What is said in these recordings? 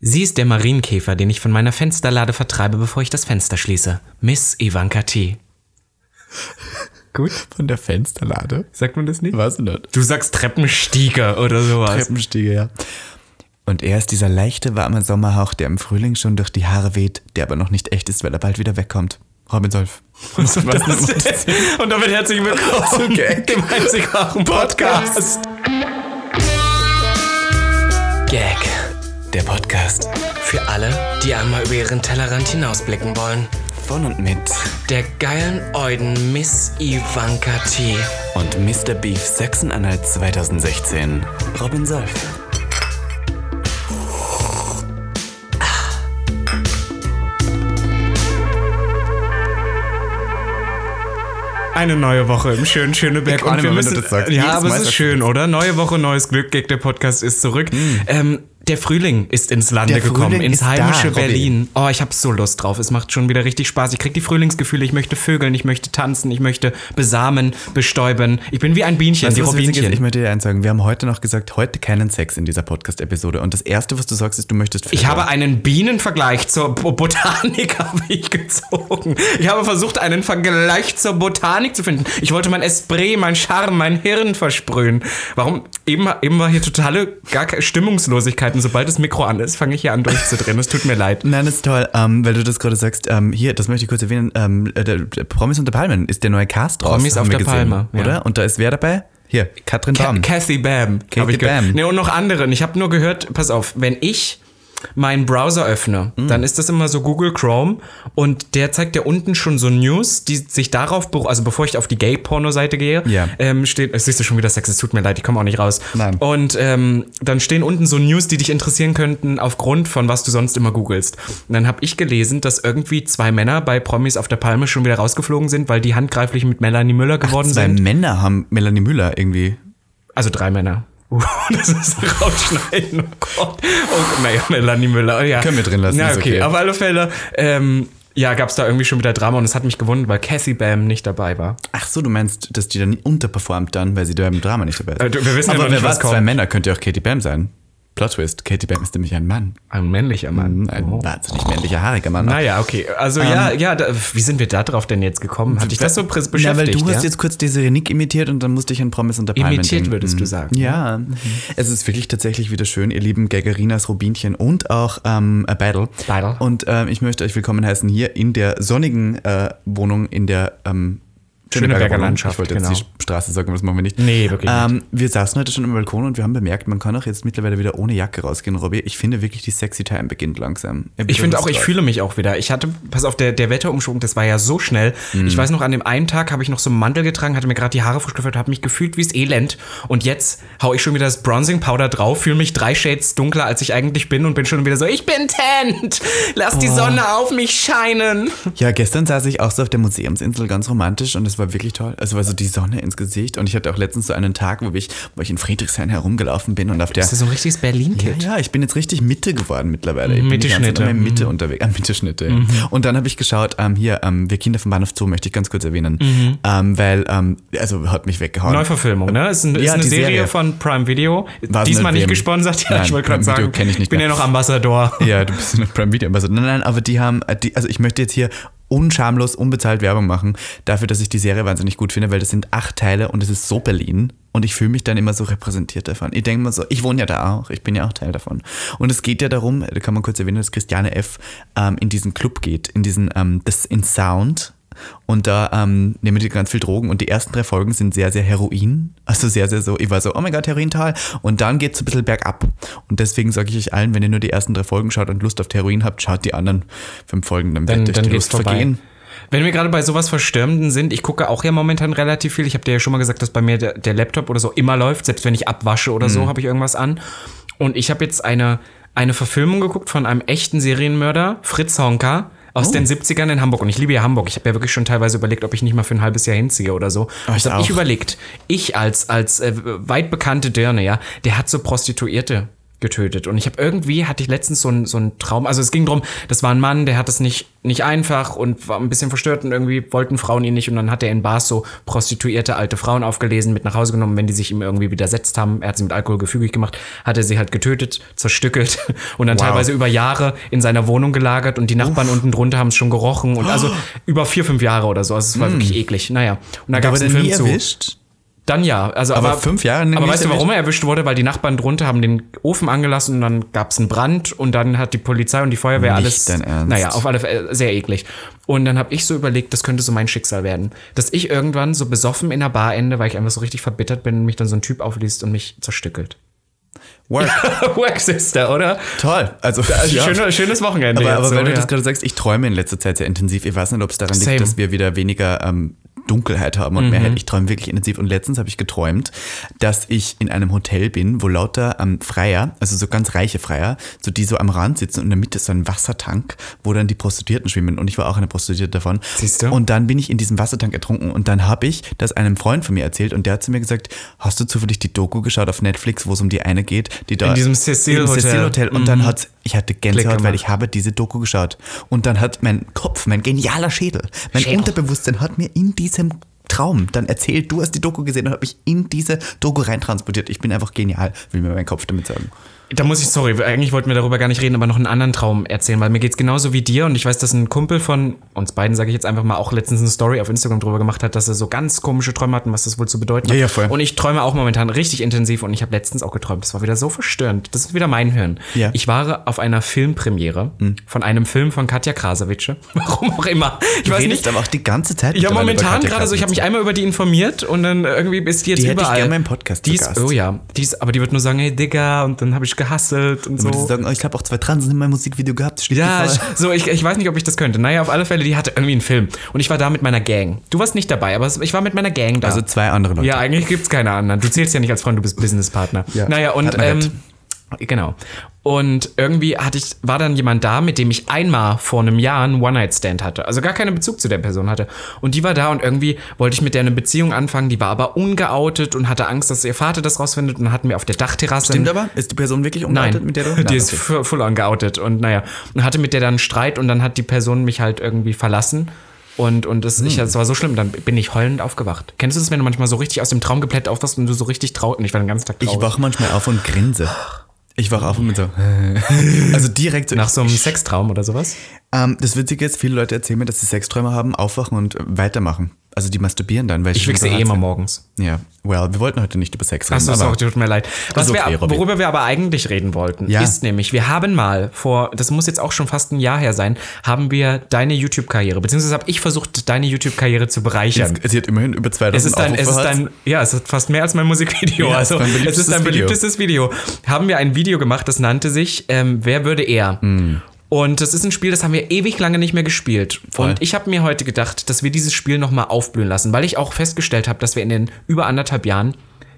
Sie ist der Marienkäfer, den ich von meiner Fensterlade vertreibe, bevor ich das Fenster schließe. Miss Ivanka T. Gut, Von der Fensterlade. sagt man das nicht? Was denn das? Du sagst Treppenstiege oder sowas. Treppenstiege, ja. Und er ist dieser leichte, warme Sommerhauch, der im Frühling schon durch die Haare weht, der aber noch nicht echt ist, weil er bald wieder wegkommt. Robin Solf. Und so Das- Und damit herzlich willkommen Okay. dem einzig wahren Podcast. Gag, der Podcast. Für alle, die einmal über ihren Tellerrand hinausblicken wollen. Von und mit. Der geilen Euden Miss Ivanka T. Und Mr. Beef Sachsen-Anhalt 2016. Robin Solf. Eine neue Woche im schönen Schöneberg. ahne mal, wenn du das sagst. Jedes ja, aber Mal es sagst ist du Hm. schön, oder? Neue Woche, neues Glück. Gag, der Podcast ist zurück. Ähm, der Frühling ist ins Lande Der gekommen, Frühling ins ist heimische da, Robin. Berlin. Oh, ich hab so Lust drauf. Es macht schon wieder richtig Spaß. Ich krieg die Frühlingsgefühle. Ich möchte vögeln, ich möchte tanzen, ich möchte besamen, bestäuben. Ich bin wie ein Bienchen, die was witzig ist? Ich Robinchen. möchte dir eins sagen. Wir haben heute noch gesagt, heute keinen Sex in dieser Podcast-Episode. Und das Erste, was du sagst, ist, du möchtest Ich habe einen Bienenvergleich zur Bo Botanik habe ich gezogen. Ich habe versucht, einen Vergleich zur Botanik zu finden. Ich wollte mein Esprit, mein Charme, mein Hirn versprühen. Warum? Eben, eben war hier totale gar keine Stimmungslosigkeit. Und sobald das Mikro an ist, fange ich hier an durchzudrehen. Es tut mir leid. Nein, das ist toll, ähm, weil du das gerade sagst. Ähm, hier, das möchte ich kurz erwähnen. Ähm, äh, der, der Promis unter Palmen ist der neue Cast raus. Promis haben auf wir der Palme, ja. Oder? Und da ist wer dabei? Hier, Katrin Baum. Kathy Bam. hab Kathy ich gehört. Bam. Nee, und noch andere. Und Ich habe nur gehört, pass auf, wenn ich meinen Browser öffne, dann ist das immer so Google Chrome und der zeigt ja unten schon so News, die sich darauf, beru- also bevor ich auf die Gay-Porno-Seite gehe, Ja. ähm, steht, äh, siehst du schon wieder Sex, es tut mir leid, ich komme auch nicht raus. Nein. Und ähm, dann stehen unten so News, die dich interessieren könnten, aufgrund von was du sonst immer googelst. Und dann habe ich gelesen, dass irgendwie zwei Männer bei Promis auf der Palme schon wieder rausgeflogen sind, weil die handgreiflich mit Melanie Müller geworden Zwei sind. Männer haben Melanie Müller irgendwie. Also drei Männer. Uh, das ist rausschneiden. Oh Gott. Oh, naja, Melanie Müller. Ja. Können wir drin lassen, Na, ist okay. okay. Auf alle Fälle, ähm, ja, gab es da irgendwie schon wieder Drama und es hat mich gewundert, weil Kathy Bam nicht dabei war. Ach so, du meinst, dass die dann unterperformt dann, weil sie da im Drama nicht dabei ist. Äh, du, wir wissen ja Aber noch wer nicht, war was zwei kommt. Männer könnte ja auch Katie Bam sein. Plot Twist, Katie Bam ist nämlich ein Mann. Ein männlicher Mann. Ein oh. wahnsinnig männlicher, haariger Mann. Naja, okay. Also ja, ja, da, wie sind wir da drauf denn jetzt gekommen? Hat dich das so pres- Ähm. Na, weil beschäftigt? du hast ja? jetzt kurz Desiree Nick imitiert und dann musste ich an Promis unter Palmen Imitiert, denken. Mhm. würdest du sagen. Mhm. Ja, es ist wirklich tatsächlich wieder schön, ihr lieben Gaggerinas, Rubinchen und auch ähm, äh, Battle. Battle. Und ähm, ich möchte euch willkommen heißen hier in der sonnigen äh, Wohnung, in der ähm, Schöneberger Wohnung. Landschaft, Ich wollte genau. jetzt die Straße sagen, aber das machen wir nicht. Nee, wirklich nicht. Ähm, wir saßen heute schon im Balkon und wir haben bemerkt, man kann auch jetzt mittlerweile wieder ohne Jacke rausgehen, Robby. Ich finde wirklich, die sexy Time beginnt langsam. Ich finde auch, ich fühle mich auch wieder. Ich hatte, pass auf, der, der Wetterumschwung, das war ja so schnell. Mhm. Ich weiß noch, an dem einen Tag habe ich noch so einen Mantel getragen, hatte mir gerade die Haare frisch gefüllt, habe mich gefühlt wie's Elend. Und jetzt hau ich schon wieder das Bronzing Powder drauf, fühle mich drei Shades dunkler, als ich eigentlich bin und bin schon wieder so, ich bin tent! Lass Oh. die Sonne auf mich scheinen! Ja, gestern saß ich auch so auf der Museumsinsel ganz romantisch und es war wirklich toll. Also war so die Sonne ins Gesicht und ich hatte auch letztens so einen Tag, wo ich, wo ich in Friedrichshain herumgelaufen bin und auf der. Das ist so ein richtiges Ja, Berlin-Kid. ja, ich bin jetzt richtig Mitte geworden mittlerweile. Ich bin die ganze Zeit Mitteschnitte. immer in Mitte unterwegs. Ah, Mitteschnitte, ja. Mhm. Und dann habe ich geschaut, ähm, hier, ähm, wir Kinder vom Bahnhof Zoo möchte ich ganz kurz erwähnen. Mhm. Ähm, weil, ähm, also hat mich weggehauen. Neuverfilmung, ne? Ist, ein, Ja, ist eine die Serie, Serie. von Prime Video. Was Diesmal mit nicht wem? gesponsert. Ja, ich Nein, wollte gerade Prime Video sagen, kenn ich nicht bin mehr. ja noch Ambassador. Ja, du bist in der Prime Video Ambassador. Nein, nein, aber die haben, äh, die, also ich möchte jetzt hier unschamlos, unbezahlt Werbung machen, dafür, dass ich die Serie wahnsinnig gut finde, weil das sind acht Teile und es ist so Berlin und ich fühle mich dann immer so repräsentiert davon. Ich denke mir so, ich wohne ja da auch, ich bin ja auch Teil davon. Und es geht ja darum, da kann man kurz erwähnen, dass Christiane F. Ähm, in diesen Club geht, in diesen, ähm, das in Sound. Und da ähm, nehmen die ganz viel Drogen und die ersten drei Folgen sind sehr, sehr Heroin. Also sehr, sehr so, ich war so, oh mein Gott, Herointal. Und dann geht es ein bisschen bergab. Und deswegen sage ich euch allen, wenn ihr nur die ersten drei Folgen schaut und Lust auf Heroin habt, schaut die anderen fünf Folgen, dann dann, wird euch dann die geht's Lust vorbei. vergehen. Wenn wir gerade bei sowas Verstürmenden sind, ich gucke auch ja momentan relativ viel. Ich habe dir ja schon mal gesagt, dass bei mir der, der Laptop oder so immer läuft, selbst wenn ich abwasche oder Mhm. so, habe ich irgendwas an. Und ich habe jetzt eine, eine Verfilmung geguckt von einem echten Serienmörder, Fritz Honka. Oh. Aus den 70ern in Hamburg. Und ich liebe ja Hamburg. Ich habe ja wirklich schon teilweise überlegt, ob ich nicht mal für ein halbes Jahr hinziehe oder so. Ah, ich das habe ich auch. überlegt. Ich als, als äh, weit bekannte Dirne, ja, der hat so Prostituierte getötet. Und ich habe irgendwie, hatte ich letztens so einen so einen Traum, also es ging drum das war ein Mann, der hat es nicht, nicht einfach und war ein bisschen verstört und irgendwie wollten Frauen ihn nicht und dann hat er in Bars so prostituierte alte Frauen aufgelesen, mit nach Hause genommen, wenn die sich ihm irgendwie widersetzt haben, er hat sie mit Alkohol gefügig gemacht, hat er sie halt getötet, zerstückelt und dann Wow. teilweise über Jahre in seiner Wohnung gelagert und die Nachbarn unten drunter haben es schon gerochen und also über vier, fünf Jahre oder so, also es war wirklich eklig. Naja, und da gab es einen Film zu. erwischt? Dann ja. Also, Aber fünf Jahre Aber nicht weißt du, erwischt? warum er erwischt wurde? Weil die Nachbarn drunter haben den Ofen angelassen und dann gab es einen Brand und dann hat die Polizei und die Feuerwehr Nicht alles. dein Ernst. Naja, auf alle Fälle äh, sehr eklig. Und dann habe ich so überlegt, das könnte so mein Schicksal werden. Dass ich irgendwann so besoffen in der Bar ende, weil ich einfach so richtig verbittert bin und mich dann so ein Typ aufliest und mich zerstückelt. Work. Work Sister, oder? Toll. Also, ja. Schöne, schönes Wochenende. Aber, aber jetzt, weil du oder? das gerade sagst, ich träume in letzter Zeit sehr intensiv. Ich weiß nicht, ob es daran Same. Mhm. liegt, dass wir wieder weniger ähm, Dunkelheit haben und mehr Hell. Ich träume wirklich intensiv. Und letztens habe ich geträumt, dass ich in einem Hotel bin, wo lauter ähm, Freier, also so ganz reiche Freier, so die so am Rand sitzen und in der Mitte ist so ein Wassertank, wo dann die Prostituierten schwimmen. Und ich war auch eine Prostituierte davon. Siehst du? Und dann bin ich in diesem Wassertank ertrunken und dann habe ich das einem Freund von mir erzählt und der hat zu mir gesagt, hast du zufällig die Doku geschaut auf Netflix, wo es um die eine geht, die da In diesem Cecil im Hotel. Mhm. Cecil Hotel. Und dann hat ich hatte Gänsehaut, weil gemacht. ich habe diese Doku geschaut. Und dann hat mein Kopf, mein genialer Schädel, mein Schädel. Unterbewusstsein hat mir in diesem Traum dann erzählt, du hast die Doku gesehen und hat mich in diese Doku reintransportiert. Ich bin einfach genial, will mir mein Kopf damit sagen. Da muss ich, sorry, eigentlich wollten wir darüber gar nicht reden, aber noch einen anderen Traum erzählen, weil mir geht's genauso wie dir und ich weiß, dass ein Kumpel von uns beiden, sage ich jetzt einfach mal, auch letztens eine Story auf Instagram drüber gemacht hat, dass er so ganz komische Träume hat und was das wohl zu bedeuten Ja, hat. ja, voll. Und ich träume auch momentan richtig intensiv und ich habe letztens auch geträumt. Das war wieder so verstörend. Das ist wieder mein Hirn. Ja. Hm. Ich war auf einer Filmpremiere von einem Film von Katja Krasavitsche. Warum auch immer. Ich Du weiß redest nicht. aber auch die ganze Zeit Ja, mittlerweile über momentan Katja gerade so. Ich habe mich Krasnitzer. einmal über die informiert und dann irgendwie ist die jetzt Die hätte ich überall. gerne mal im Podcast zu die ist, Gast. Oh ja, die ist, aber die wird nur sagen, hey Digga, und dann habe ich gehasselt und Würde so. sie sagen, oh, ich habe auch zwei Transen in meinem Musikvideo gehabt. schnitt die Ja, voll. ich, so, ich, ich weiß nicht, ob ich das könnte. Naja, auf alle Fälle, die hatte irgendwie einen Film. Und ich war da mit meiner Gang. Du warst nicht dabei, aber es- ich war mit meiner Gang da. also zwei andere Leute. ja, eigentlich gibt's keine anderen. Du zählst ja nicht als Freund, du bist Businesspartner. Ja, Naja, und hat man ähm, halt. genau. Und irgendwie hatte ich, war dann jemand da, mit dem ich einmal vor einem Jahr einen One-Night-Stand hatte. Also gar keinen Bezug zu der Person hatte. Und die war da und irgendwie wollte ich mit der eine Beziehung anfangen, die war aber ungeoutet und hatte Angst, dass ihr Vater das rausfindet und dann hatten wir auf der Dachterrasse Stimmt aber? Ist die Person wirklich Nein, umgeleitet mit der du? die ist okay. fu- full on geoutet und naja, und hatte mit der dann einen Streit und dann hat die Person mich halt irgendwie verlassen und und das, Hm. ich, das war so schlimm, dann bin ich heulend aufgewacht. Kennst du das, wenn du manchmal so richtig aus dem Traum geplätt aufwachst und du so richtig traurig und ich war den ganzen Tag traurig. Ich wach manchmal auf und grinse. Ich wach auf und bin so. Also direkt so. nach so einem Sextraum oder sowas? Ähm, das Witzige ist, viele Leute erzählen mir, dass sie Sexträume haben, aufwachen und äh, weitermachen. Also die masturbieren dann. Weil Ich schon wichse so eh hart immer sind. morgens. Ja, well, wir wollten heute nicht über Sex reden. Achso, aber sorry, tut mir leid. Was Ist okay, wir, Robby. worüber wir aber eigentlich reden wollten, Ja. ist nämlich, wir haben mal vor, das muss jetzt auch schon fast ein Jahr her sein, haben wir deine YouTube-Karriere, beziehungsweise habe ich versucht, deine YouTube-Karriere zu bereichern. es, es hat immerhin über 2000 Es ist dein, es Aufrufe ist hat. dein, ja, es ist fast mehr als mein Musikvideo. Ja, es ist also, dein es ist beliebtestes dein Video. beliebtestes Video. Haben wir ein Video gemacht, das nannte sich ähm, Wer würde er? Hm. Und das ist ein Spiel, das haben wir ewig lange nicht mehr gespielt. Voll. Und ich habe mir heute gedacht, dass wir dieses Spiel nochmal aufblühen lassen, weil ich auch festgestellt habe, dass wir in den über anderthalb Jahren,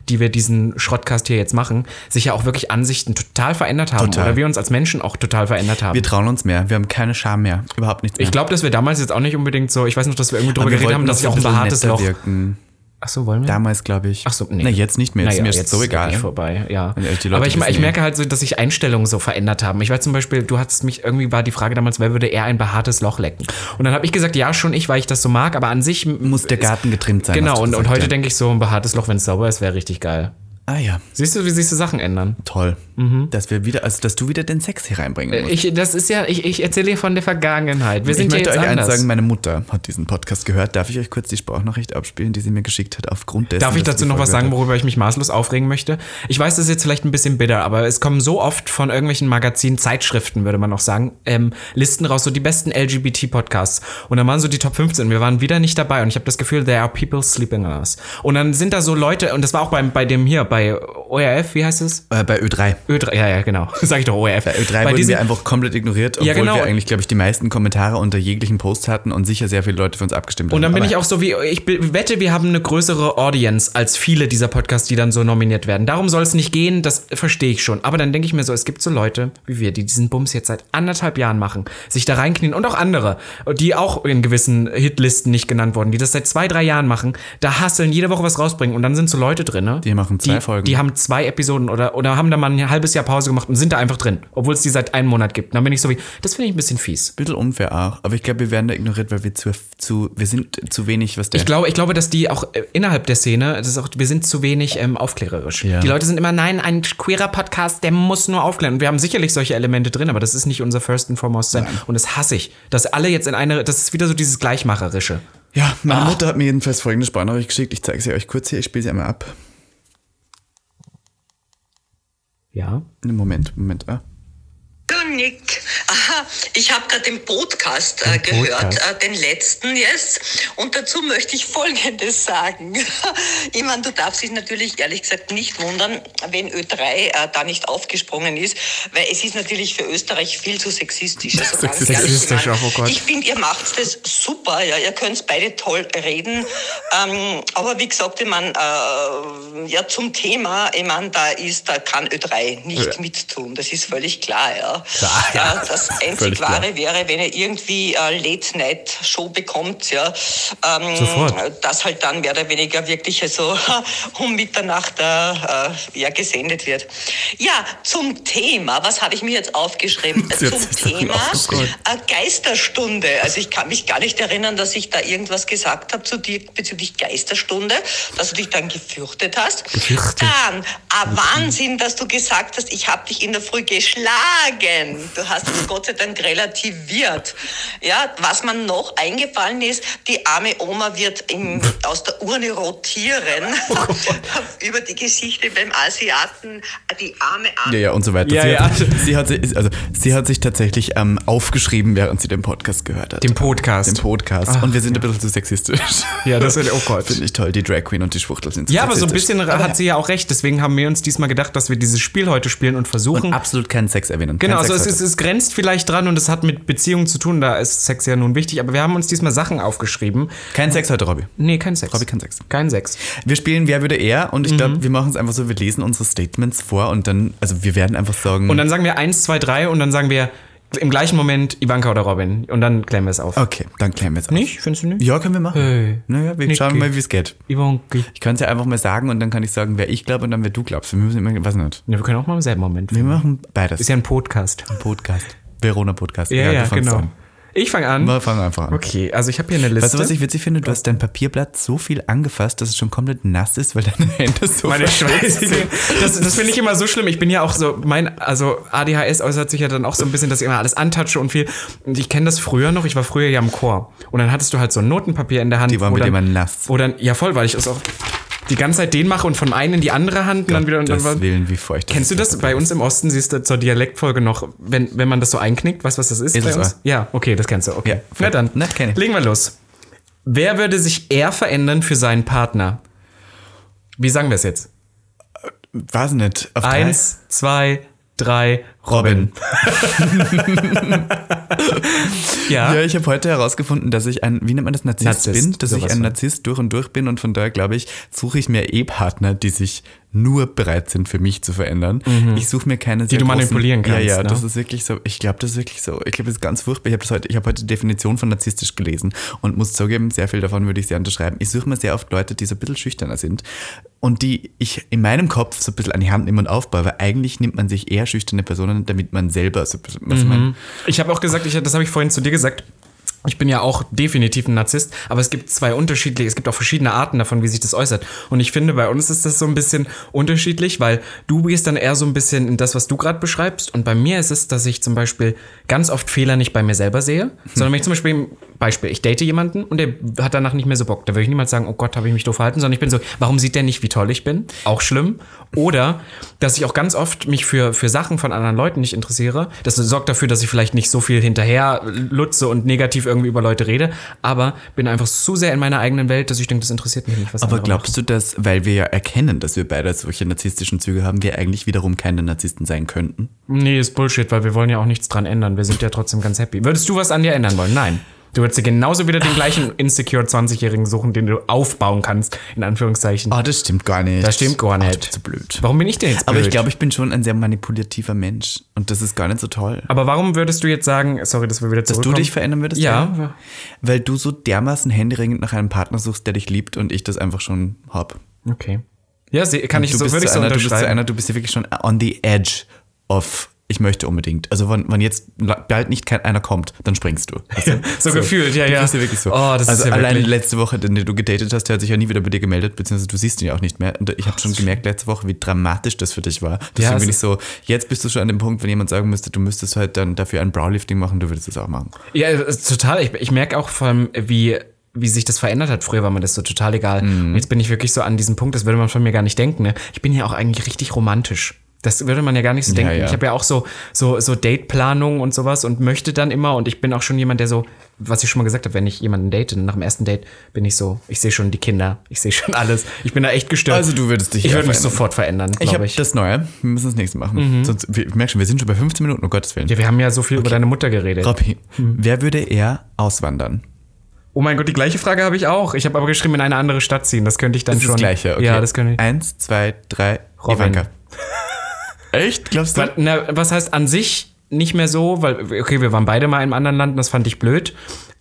die wir diesen Schrottcast hier jetzt machen, sich ja auch wirklich Ansichten total verändert haben. Total. Oder wir uns als Menschen auch total verändert haben. Wir trauen uns mehr. Wir haben keine Scham mehr. Überhaupt nichts mehr. ich glaube, dass wir damals jetzt auch nicht unbedingt so, ich weiß noch, dass wir irgendwie drüber wir geredet wollten haben, dass noch ich auch ein bisschen behaartes netter Loch. Wirken. Ach so, wollen wir? Damals, glaube ich. Ach so, nee. Na, jetzt nicht mehr. Jetzt Naja, mir ist es so egal. wirklich vorbei, ja. Wenn ehrlich, die Leute Aber ich, me- wissen ich eh. merke halt so, dass sich Einstellungen so verändert haben. Ich weiß zum Beispiel, du hattest mich irgendwie war die Frage damals, wer würde eher ein behaartes Loch lecken? Und dann habe ich gesagt, ja schon ich, weil ich das so mag. Aber an sich Muss der Garten getrimmt sein. hast genau. du Und, und gesagt, heute ja. denke ich so, ein behaartes Loch, wenn es sauber ist, wäre richtig geil. Ah ja, Siehst du, wie sich so Sachen ändern? toll. Mhm. Dass wir wieder, also dass du wieder den Sex hier reinbringen musst. Ich, das ist ja, ich, ich erzähle dir von der Vergangenheit. Wir sind ich möchte ja euch jetzt eins anders. sagen, meine Mutter hat diesen Podcast gehört. Darf ich euch kurz die Sprachnachricht abspielen, die sie mir geschickt hat aufgrund dessen? Darf ich dass dazu die noch was Folge sagen, worüber ich mich maßlos aufregen möchte? Ich weiß, das ist jetzt vielleicht ein bisschen bitter, aber es kommen so oft von irgendwelchen Magazinen, Zeitschriften, würde man auch sagen, ähm, Listen raus, so die besten LGBT-Podcasts. Und dann waren so die Top 15. Wir waren wieder nicht dabei und ich habe das Gefühl, there are people sleeping on us. Und dann sind da so Leute, und das war auch beim, bei dem hier, bei ORF, wie heißt es? Äh, bei Ö3. Ö3, ja, ja, genau. Sag ich doch ORF. Bei Ö3 bei wurden diesem, wir einfach komplett ignoriert, obwohl genau. wir eigentlich, glaube ich, die meisten Kommentare unter jeglichen Post hatten und sicher sehr viele Leute für uns abgestimmt haben. und dann bin Aber ich auch so wie, ich be- wette, wir haben eine größere Audience als viele dieser Podcasts, die dann so nominiert werden. Darum soll es nicht gehen, das verstehe ich schon. Aber dann denke ich mir so, es gibt so Leute wie wir, die diesen Bums jetzt seit anderthalb Jahren machen, sich da reinknien und auch andere, die auch in gewissen Hitlisten nicht genannt wurden, die das seit zwei, drei Jahren machen, da hasseln, jede Woche was rausbringen und dann sind so Leute drin, ne? Die machen zwei die, Folgen. Die haben zwei Episoden oder, oder haben da mal ein halbes Jahr Pause gemacht und sind da einfach drin, obwohl es die seit einem Monat gibt. Und Dann bin ich so wie, das finde ich ein bisschen fies. bisschen unfair auch. Aber ich glaube, wir werden da ignoriert, weil wir zu, zu wir sind zu wenig, was der. Ich glaube, ich glaube, dass die auch äh, innerhalb der Szene, das ist auch, wir sind zu wenig ähm, aufklärerisch. Ja. Die Leute sind immer, nein, ein queerer Podcast, der muss nur aufklären. Und wir haben sicherlich solche Elemente drin, aber das ist nicht unser First and Foremost sein. Und das hasse ich. Dass alle jetzt in eine, das ist wieder so dieses Gleichmacherische. ja, meine Mutter hat mir jedenfalls folgende Sprachnachricht geschickt. Ich zeige sie euch kurz hier. Ich spiele sie einmal ab. Ja. Ne, Moment, Moment. Ah. Du Nick, aha, ich habe gerade den Podcast äh, gehört, Podcast. äh, den letzten jetzt. Und dazu möchte ich Folgendes sagen. ich meine, du darfst dich natürlich ehrlich gesagt nicht wundern, wenn Ö3 äh, da nicht aufgesprungen ist, weil es ist natürlich für Österreich viel zu sexistisch. Also ganz Sexistisch ehrlich, ich auch, meine, oh Gott. Ich finde, ihr macht das super, ja, ihr könnt beide toll reden. Ähm, aber wie gesagt, ich meine, äh, ja, zum Thema, ich meine, da ist, da kann Ö3 nicht mittun, das ist völlig klar, ja. Klar, ja. ja das Völlig einzig klar. Wahre wäre, wenn ihr irgendwie äh, Late-Night-Show bekommt, ja. Ähm, Sofort. Das halt dann mehr oder weniger wirklich so um Mitternacht äh, äh, ja, gesendet wird. Ja, zum Thema, was habe ich mir jetzt aufgeschrieben? Sie hat zum sich Sachen Thema aufgeschrieben. äh, Geisterstunde. Also ich kann mich gar nicht erinnern, dass ich da irgendwas gesagt habe zu dir bezüglich Geisterstunde, dass du dich dann gefürchtet hast. Gefürchtet. Dann, ah, Wahnsinn, dass du gesagt hast, ich habe dich in der Früh geschlagen. Du hast es Gott sei Dank relativiert. Ja, was mir noch eingefallen ist, die arme Oma wird im, aus der Urne rotieren über die Geschichte beim Asiaten, die arme Arme. Ja, ja, und so weiter. Ja, sie, ja. Hat, sie, hat, sich- also, sie hat sich tatsächlich ähm, aufgeschrieben, während sie den Podcast gehört hat. Den Podcast. Ah. Den Podcast. und wir sind ein bisschen zu sexistisch. Ja, das ist- oh Gott. Finde ich toll. Die Drag Queen und die Schwuchtel sind zu Ja, aber so ein sexistisch. bisschen hat sie ja auch recht. Deswegen haben wir uns diesmal gedacht, dass wir dieses Spiel heute spielen und versuchen. Und absolut keinen Sex erwähnen. Genau, Kein also Sex es, ist, heute. es grenzt vielleicht dran und es hat mit Beziehungen zu tun, da ist Sex ja nun wichtig, aber wir haben uns diesmal Sachen aufgeschrieben. Kein Sex heute, Robby. Nee, kein Sex. Robby, kein Sex. Kein Sex. Wir spielen Wer würde er und ich Mhm. glaube, wir machen es einfach so, wir lesen unsere Statements vor und dann, also wir werden einfach sagen. Und dann sagen wir 1, 2, 3 und dann sagen wir im gleichen Moment Ivanka oder Robin und dann klären wir es auf. okay, dann klären wir es auf. Nicht? Findest du nicht? Äh, Ja, können wir machen. Hey, naja, wir Nicky. schauen mal, wie es geht. Ivanka. Ich kann es ja einfach mal sagen und dann kann ich sagen, wer ich glaube und dann wer du glaubst. Wir müssen immer, weiß nicht. Ja, wir können auch mal im selben Moment. Wir machen beides. Ist ja ein Podcast. Podcast. Verona Podcast. Ja, ja, du fängst genau. An. Ich fange an. Wir fangen einfach an. Okay, also ich habe hier eine Liste. Weißt du, was ich witzig finde? Du hast dein Papierblatt so viel angefasst, dass es schon komplett nass ist, weil deine Hände so meine verschwitzt Schweißige. Das, das finde ich immer so schlimm. Ich bin ja auch so, mein, also ADHS äußert sich ja dann auch so ein bisschen, dass ich immer alles antatsche und viel. Und ich kenne das früher noch, ich war früher ja im Chor. Und dann hattest du halt so ein Notenpapier in der Hand. Die waren wo mit dann- immer nass. Wo Oh, dann, ja voll, weil ich es auch die ganze Zeit den mache und von einen in die andere Hand und dann wieder und dann war, Das Um Willen, wie feucht. Kennst du das? Bei uns im Osten siehst du zur Dialektfolge noch, wenn, wenn man das so einknickt, weißt du, was das ist, Ist bei es uns? wahr? Ja, okay, das kennst du. Okay. Ja, Na dann, Na, kenn ich. legen wir los. Wer würde sich eher verändern für seinen Partner? Wie sagen wir es jetzt? Weiß nicht. Auf drei? Eins, zwei, drei. Robin. Ja. Ja, ich habe heute herausgefunden, dass ich ein, wie nennt man das, Narzisst, Narzisst, bin, dass ich sowas ein von. Narzisst durch und durch bin und von daher, glaube ich, suche ich mir E-Partner, die sich nur bereit sind, für mich zu verändern. Ich suche mir keine Die Mhm. du manipulieren kannst, Ja, ja, ne? das ist wirklich so, ich glaube, das ist wirklich so, ich glaube, das ist ganz furchtbar. Ich habe heute, ich habe heute die Definition von narzisstisch gelesen und muss zugeben, sehr viel davon würde ich sehr unterschreiben. Ich suche mir sehr oft Leute, die so ein bisschen schüchterner sind und die ich in meinem Kopf so ein bisschen an die Hand nehme und aufbaue, weil eigentlich nimmt man sich eher schüchterne Personen, damit man selber so ein bisschen, was man, Ich habe auch gesagt, ich, das habe ich vorhin zu dir gesagt. Ich bin ja auch definitiv ein Narzisst, aber es gibt zwei unterschiedliche, es gibt auch verschiedene Arten davon, wie sich das äußert. Und ich finde, bei uns ist das so ein bisschen unterschiedlich, weil du gehst dann eher so ein bisschen in das, was du gerade beschreibst. Und bei mir ist es, dass ich zum Beispiel ganz oft Fehler nicht bei mir selber sehe, sondern wenn ich zum Beispiel, Beispiel, ich date jemanden und der hat danach nicht mehr so Bock. Da würde ich niemals sagen, oh Gott, habe ich mich doof verhalten, sondern ich bin so, warum sieht der nicht, wie toll ich bin? Auch schlimm. Oder, dass ich auch ganz oft mich für, für Sachen von anderen Leuten nicht interessiere. Das sorgt dafür, dass ich vielleicht nicht so viel hinterher lutze und negativ irgendwie über Leute rede, aber bin einfach zu sehr in meiner eigenen Welt, dass ich denke, das interessiert mich nicht, was Aber andere glaubst du, dass, weil wir ja erkennen, dass wir beide solche narzisstischen Züge haben, wir eigentlich wiederum keine Narzissten sein könnten? machen. Nee, ist Bullshit, weil wir wollen ja auch nichts dran ändern. Wir sind ja trotzdem ganz happy. Würdest du was an dir ändern wollen? Nein. Du würdest dir genauso wieder den gleichen insecure 20-Jährigen suchen, den du aufbauen kannst, in Anführungszeichen. Oh, das stimmt gar nicht. Das stimmt gar Ah, nicht. du bist so blöd. Warum bin ich denn jetzt blöd? Aber ich glaube, ich bin schon ein sehr manipulativer Mensch und das ist gar nicht so toll. Aber warum würdest du jetzt sagen, sorry, dass wir wieder Dass zurückkommen? du dich verändern würdest? Ja. Jan? Weil du so dermaßen händeringend nach einem Partner suchst, der dich liebt und ich das einfach schon hab. Okay. Ja, sie- kann ich, du so bist würde ich zu so einer, du bist zu unterschreiben. einer, du bist ja wirklich schon on the edge of ich möchte unbedingt. Also wenn, wenn jetzt la- bald nicht kein, einer kommt, dann springst du. Weißt du? so gefühlt, ja, du ja. bist ja wirklich so. Oh, das ist also ja allein wirklich- letzte Woche, den du gedatet hast, der hat sich ja nie wieder bei dir gemeldet, beziehungsweise du siehst ihn ja auch nicht mehr. Und ich habe schon gemerkt letzte Woche, wie dramatisch das für dich war. Deswegen es bin ich ist- so, jetzt bist du schon an dem Punkt, wenn jemand sagen müsste, du müsstest halt dann dafür ein Browlifting machen, du würdest es auch machen. Ja, es ist total. Ich, ich merke auch vor allem, wie, wie sich das verändert hat. Früher war mir das so total egal. Mhm. Und jetzt bin ich wirklich so an diesem Punkt, das würde man von mir gar nicht denken. Ne? Ich bin ja auch eigentlich richtig romantisch. Das würde man ja gar nicht so denken. ja. Ich habe ja auch so, so, so Dateplanung und sowas und möchte dann immer. Und ich bin auch schon jemand, der so, was ich schon mal gesagt habe, wenn ich jemanden date, nach dem ersten Date bin ich so, ich sehe schon die Kinder, ich sehe schon alles. Ich bin da echt gestört. Also du würdest dich Ich eher würde mich verändern. sofort verändern, Ich glaube habe ich. Mhm. das Neue. Wir müssen das nächste machen. Sonst, wir- ich merke schon, wir sind schon bei 15 Minuten, um Gottes Willen. ja, Mhm. wir haben ja so viel über deine Mutter geredet. Robby, wer würde eher auswandern? Oh mein Gott, die gleiche Frage habe ich auch. Ich habe aber geschrieben, in eine andere Stadt ziehen. Das könnte ich dann Das ist schon. das Gleiche, okay. Ja, das könnte ich. Eins, zwei, drei, Robin. Ivanka. Echt? Glaubst du? Was, na, was heißt an sich nicht mehr so, weil, okay, wir waren beide mal im anderen Land und das fand ich blöd.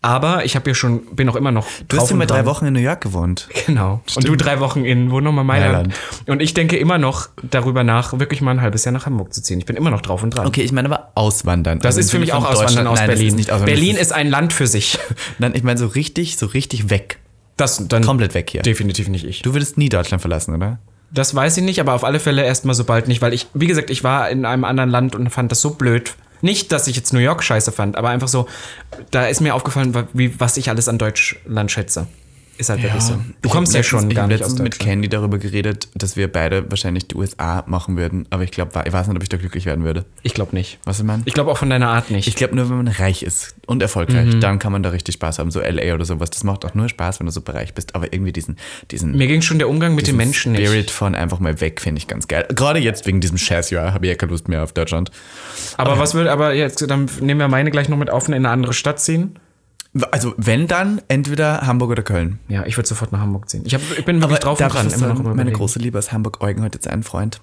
Aber ich habe ja schon, bin auch immer noch. Du hast ja und mal drei dran. Wochen in New York gewohnt. Genau. Und du drei Wochen in, wo nochmal Mailand. Und ich denke immer noch darüber nach, wirklich mal ein halbes Jahr nach Hamburg zu ziehen. Ich bin immer noch drauf und dran. Okay, ich meine aber auswandern. Also Das ist für mich auch Auswandern aus Nein, Berlin. Das ist nicht auswandern. Berlin das ist ein Land für sich. ist. Nein, ich meine so richtig, so richtig weg. Das dann Komplett weg hier. Definitiv nicht ich. Du würdest nie Deutschland verlassen, oder? Das weiß ich nicht, aber auf alle Fälle erstmal so bald nicht, weil ich, wie gesagt, ich war in einem anderen Land und fand das so blöd. Nicht, dass ich jetzt New York scheiße fand, aber einfach so, da ist mir aufgefallen, wa- wie, was ich alles an Deutschland schätze. Ist halt wirklich so. Du Ich kommst hab ja letztens- schon gar ich nicht habe aus letztens mit Deutschland. Candy darüber geredet, dass wir beide wahrscheinlich die USA machen würden. Aber ich glaube, ich weiß nicht, ob ich da glücklich werden würde. Ich glaube nicht. Was ich meine? Ich glaube auch von deiner Art nicht. Ich glaube, nur wenn man reich ist und erfolgreich, Mhm. dann kann man da richtig Spaß haben. So LA oder sowas. Das macht auch nur Spaß, wenn du super reich bist. Aber irgendwie diesen, diesen mir ging schon der Umgang mit den diesen Menschen nicht. Spirit von einfach mal weg, finde ich ganz geil. Gerade jetzt wegen diesem Scheißjahr habe ich ja keine Lust mehr auf Deutschland. Aber was würde, aber jetzt, dann nehmen wir meine gleich noch mit auf und in eine andere Stadt ziehen. Also, wenn dann, entweder Hamburg oder Köln. Ja, ich würde sofort nach Hamburg ziehen. Ich, hab, ich bin wirklich drauf und darf ich dran. was sagen? am meine Überlegen. große Liebe aus Hamburg, Eugen, hat jetzt einen Freund.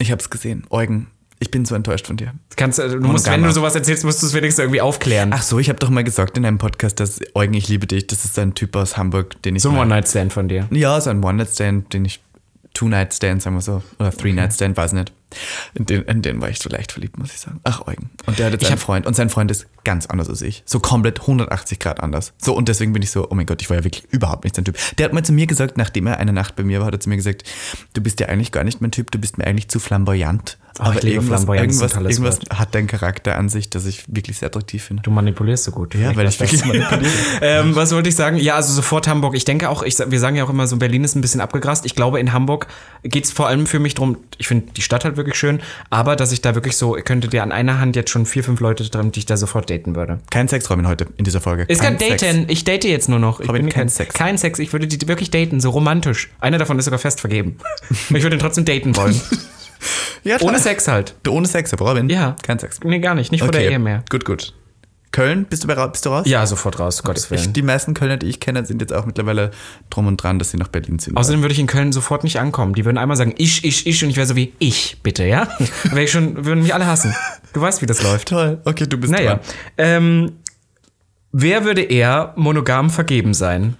Ich habe es gesehen. Eugen, ich bin so enttäuscht von dir. Kannst, äh, du musst, wenn Monogamer. du sowas erzählst, musst du es wenigstens irgendwie aufklären. Ach so, ich habe doch mal gesagt in einem Podcast, dass Eugen, ich liebe dich, das ist ein Typ aus Hamburg, den ich so ein mag. One-Night-Stand von dir. Ja, so ein One-Night-Stand, den ich, Two-Night-Stand, sagen wir so, oder Three-Night-Stand, weiß nicht. In den, in den war ich so leicht verliebt, muss ich sagen. Ach, Eugen. Und der hat jetzt Ich einen hab- Freund und sein Freund ist ganz anders als ich. So komplett 180 Grad anders. So, und deswegen bin ich so, oh mein Gott, ich war ja wirklich überhaupt nicht sein Typ. Der hat mal zu mir gesagt, nachdem er eine Nacht bei mir war, hat er zu mir gesagt, du bist ja eigentlich gar nicht mein Typ, du bist mir eigentlich zu flamboyant. ich liebe flamboyant, das ist ein irgendwas, tolles irgendwas hat dein Charakter an sich, dass ich wirklich sehr attraktiv finde. Du manipulierst so gut. Ja, weil ich wirklich manipuliere. ähm, was wollte ich sagen? Ja, also sofort Hamburg. Ich denke auch, ich, sa- wir sagen ja auch immer so, Berlin ist ein bisschen abgegrast. Ich glaube, in Hamburg geht's vor allem für mich drum. ich finde die Stadt halt wirklich schön, aber dass ich da wirklich so, ich könnte dir an einer Hand jetzt schon vier, fünf Leute drin, die ich da sofort daten würde. Kein Sex, Robin, heute in dieser Folge. Ist kein Sex. Daten, ich date jetzt nur noch. Ich Robin, kein kein Sex. Kein Sex, ich würde die wirklich daten, so romantisch. Einer davon ist sogar fest vergeben. ich würde ihn trotzdem daten wollen. Ja, klar. Ohne Sex halt. Ohne Sex, aber Robin? Ja. Kein Sex. Nee, gar nicht. Nicht vor der Ehe mehr. Gut, gut. Köln, bist du, bei, bist du raus? Ja, sofort raus, Gottes Ich, Willen. die meisten Kölner, die ich kenne, sind jetzt auch mittlerweile drum und dran, dass sie nach Berlin ziehen. Außerdem würde ich in Köln sofort nicht ankommen. Die würden einmal sagen, ich, ich, ich und ich wäre so wie ich, bitte, ja? Dann wäre ich schon, würden mich alle hassen. Du weißt, wie das läuft. toll. Okay, du bist Naja. dran. Ähm, wer würde eher monogam vergeben sein?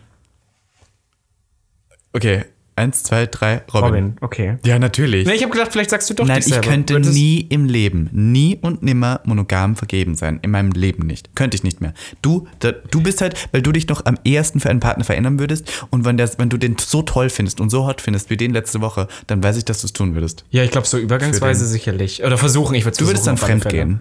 Okay, eins, zwei, drei, Robin. okay. Ja, natürlich. Nee, ich habe gedacht, vielleicht sagst du doch Nein, dich ich selber. könnte Würdest- nie im Leben, nie und nimmer monogam vergeben sein. In meinem Leben nicht. Könnte ich nicht mehr. Du, da, du bist halt, weil du dich noch am ehesten für einen Partner verändern würdest. Und wenn, das, wenn du den so toll findest und so hot findest wie den letzte Woche, dann weiß ich, dass du es tun würdest. Ja, ich glaube, so übergangsweise sicherlich. Oder versuchen, ich würde Du würdest dann fremd gehen.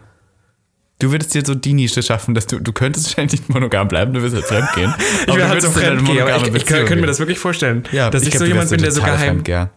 Du würdest dir so die Nische schaffen, dass du, du könntest wahrscheinlich nicht monogam bleiben, du wirst halt fremd gehen. Ich wäre halt so in eine fremd gehen, aber ich, monogame ich könnte Beziehung mir das wirklich vorstellen, gehen. ja, dass ich, glaub, so du jemand wärst bin, der so total geheim... Fremd, ja.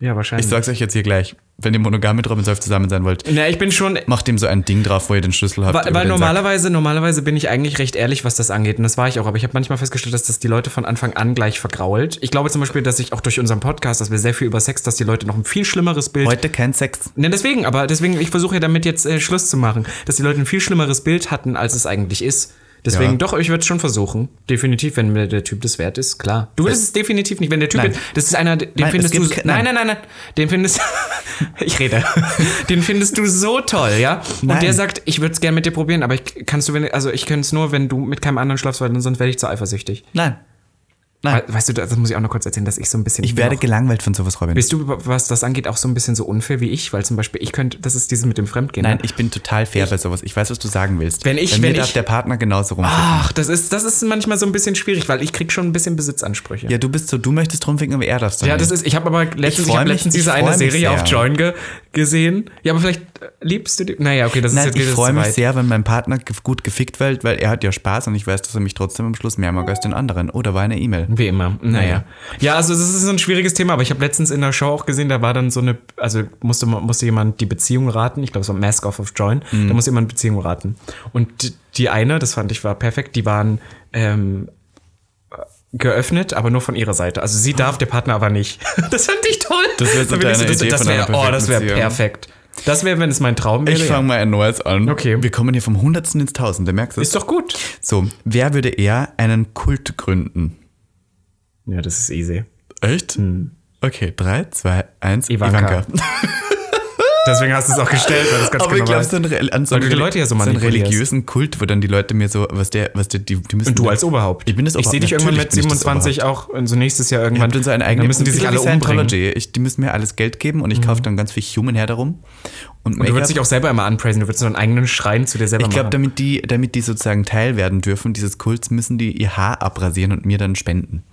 Ja, wahrscheinlich. Ich sag's euch jetzt hier gleich, wenn ihr monogam mit Robin Solf zusammen sein wollt, Na, ich bin schon macht ihm so ein Ding drauf, wo ihr den Schlüssel habt. Weil, über weil den Sack. normalerweise, normalerweise bin ich eigentlich recht ehrlich, was das angeht. Und das war ich auch. Aber ich habe manchmal festgestellt, dass das die Leute von Anfang an gleich vergrault. Ich glaube zum Beispiel, dass ich auch durch unseren Podcast, dass wir sehr viel über Sex, dass die Leute noch ein viel schlimmeres Bild. Heute kein Sex. Ne, deswegen, aber deswegen, ich versuche ja damit jetzt äh, Schluss zu machen, dass die Leute ein viel schlimmeres Bild hatten, als es eigentlich ist. Deswegen, Ja. doch, ich würde es schon versuchen. Definitiv, wenn mir der Typ das wert ist, klar. Du würdest es definitiv nicht, wenn der Typ, Nein. jetzt- das ist einer, den es findest du, gibt so- ke- nein, nein. nein, nein, nein, den findest, ich rede, den findest du so toll, ja? Und Nein. der sagt, ich würde es gerne mit dir probieren, aber ich kannst du, wenn, also ich könnte es nur, wenn du mit keinem anderen schlafst, weil sonst werde ich zu eifersüchtig. Nein. Nein. We- Weißt du, das das muss ich auch noch kurz erzählen, dass ich so ein bisschen. Ich werde noch- gelangweilt von sowas, Robin. Bist du, was das angeht, auch so ein bisschen so unfair wie ich? Weil zum Beispiel, ich könnte, das ist dieses mit dem Fremdgehen. ne? Nein, ich bin total fair bei sowas. Ich weiß, was du sagen willst. Wenn ich- bei mir wenn darf ich- Ah. der Partner genauso rum. Ach, das ist, das ist manchmal so ein bisschen schwierig, weil ich krieg schon ein bisschen Besitzansprüche. Ja, du bist so, du möchtest rumficken, aber er darf es Ja, das ist, ich habe aber letztens, ich freu hab mich- letztens ich diese freu eine mich Serie sehr. auf Join ge gesehen. Ja, aber vielleicht äh, liebst du die. Naja, okay, das Nein, ist jetzt ich wieder freue zu mich weit. sehr, wenn mein Partner ge- gut gefickt wird, weil er hat ja Spaß und ich weiß, dass er mich trotzdem am Schluss mehr mag als den anderen. Oder war eine E-Mail. Wie immer. Naja. Ja, also das ist so ein schwieriges Thema, aber ich habe letztens in der Show auch gesehen, da war dann so eine, also musste, man- musste jemand die Beziehung raten. Ich glaube, es war Mask Off of Join. Mhm. Da musste jemand Beziehung raten. Und die, die eine, das fand ich war perfekt, die waren ähm, geöffnet, aber nur von ihrer Seite. Also sie darf, der Partner aber nicht. Das fand ich toll. Ah. Das wär so Da bin ich deine Idee das, das von einer wäre, oh, das wäre perfekten Beziehung. perfekt. Das wäre, wenn es mein Traum wäre. Ich ja. fange mal ein neues an. Okay. Wir kommen hier vom Hundertsten ins Tausende, merkst du? Ist doch gut. So, wer würde eher einen Kult gründen? Ja, das ist easy. Echt? Okay, drei, zwei, eins. Hm. Ivanka. Deswegen hast du es auch gestellt, weil das ganz Aber ich genau glaube, weiß. so einen, Re- an so Weil du einen, die Reli- Leute ja so so einen manipulierst. religiösen Kult, wo dann die Leute mir so, was der, was der, die, die müssen. Und du als Oberhaupt. Ich bin das Ich sehe Oberhaupt. dich irgendwann mit Natürlich bin ich das 27 auch, in so nächstes Jahr Ich irgendwann. habe dann so einen dann eigenen müssen die sich alle umbringen. Und Scientology. Ich, die müssen mir alles Geld geben und ich kaufe dann ganz viel Human her darum. Und, du Make-up. würdest dich auch selber immer anpreisen. Du würdest so einen eigenen Schrein zu dir selber ich glaube, machen. damit die, damit die sozusagen Teil werden dürfen dieses Kults, müssen die ihr Haar abrasieren und mir dann spenden.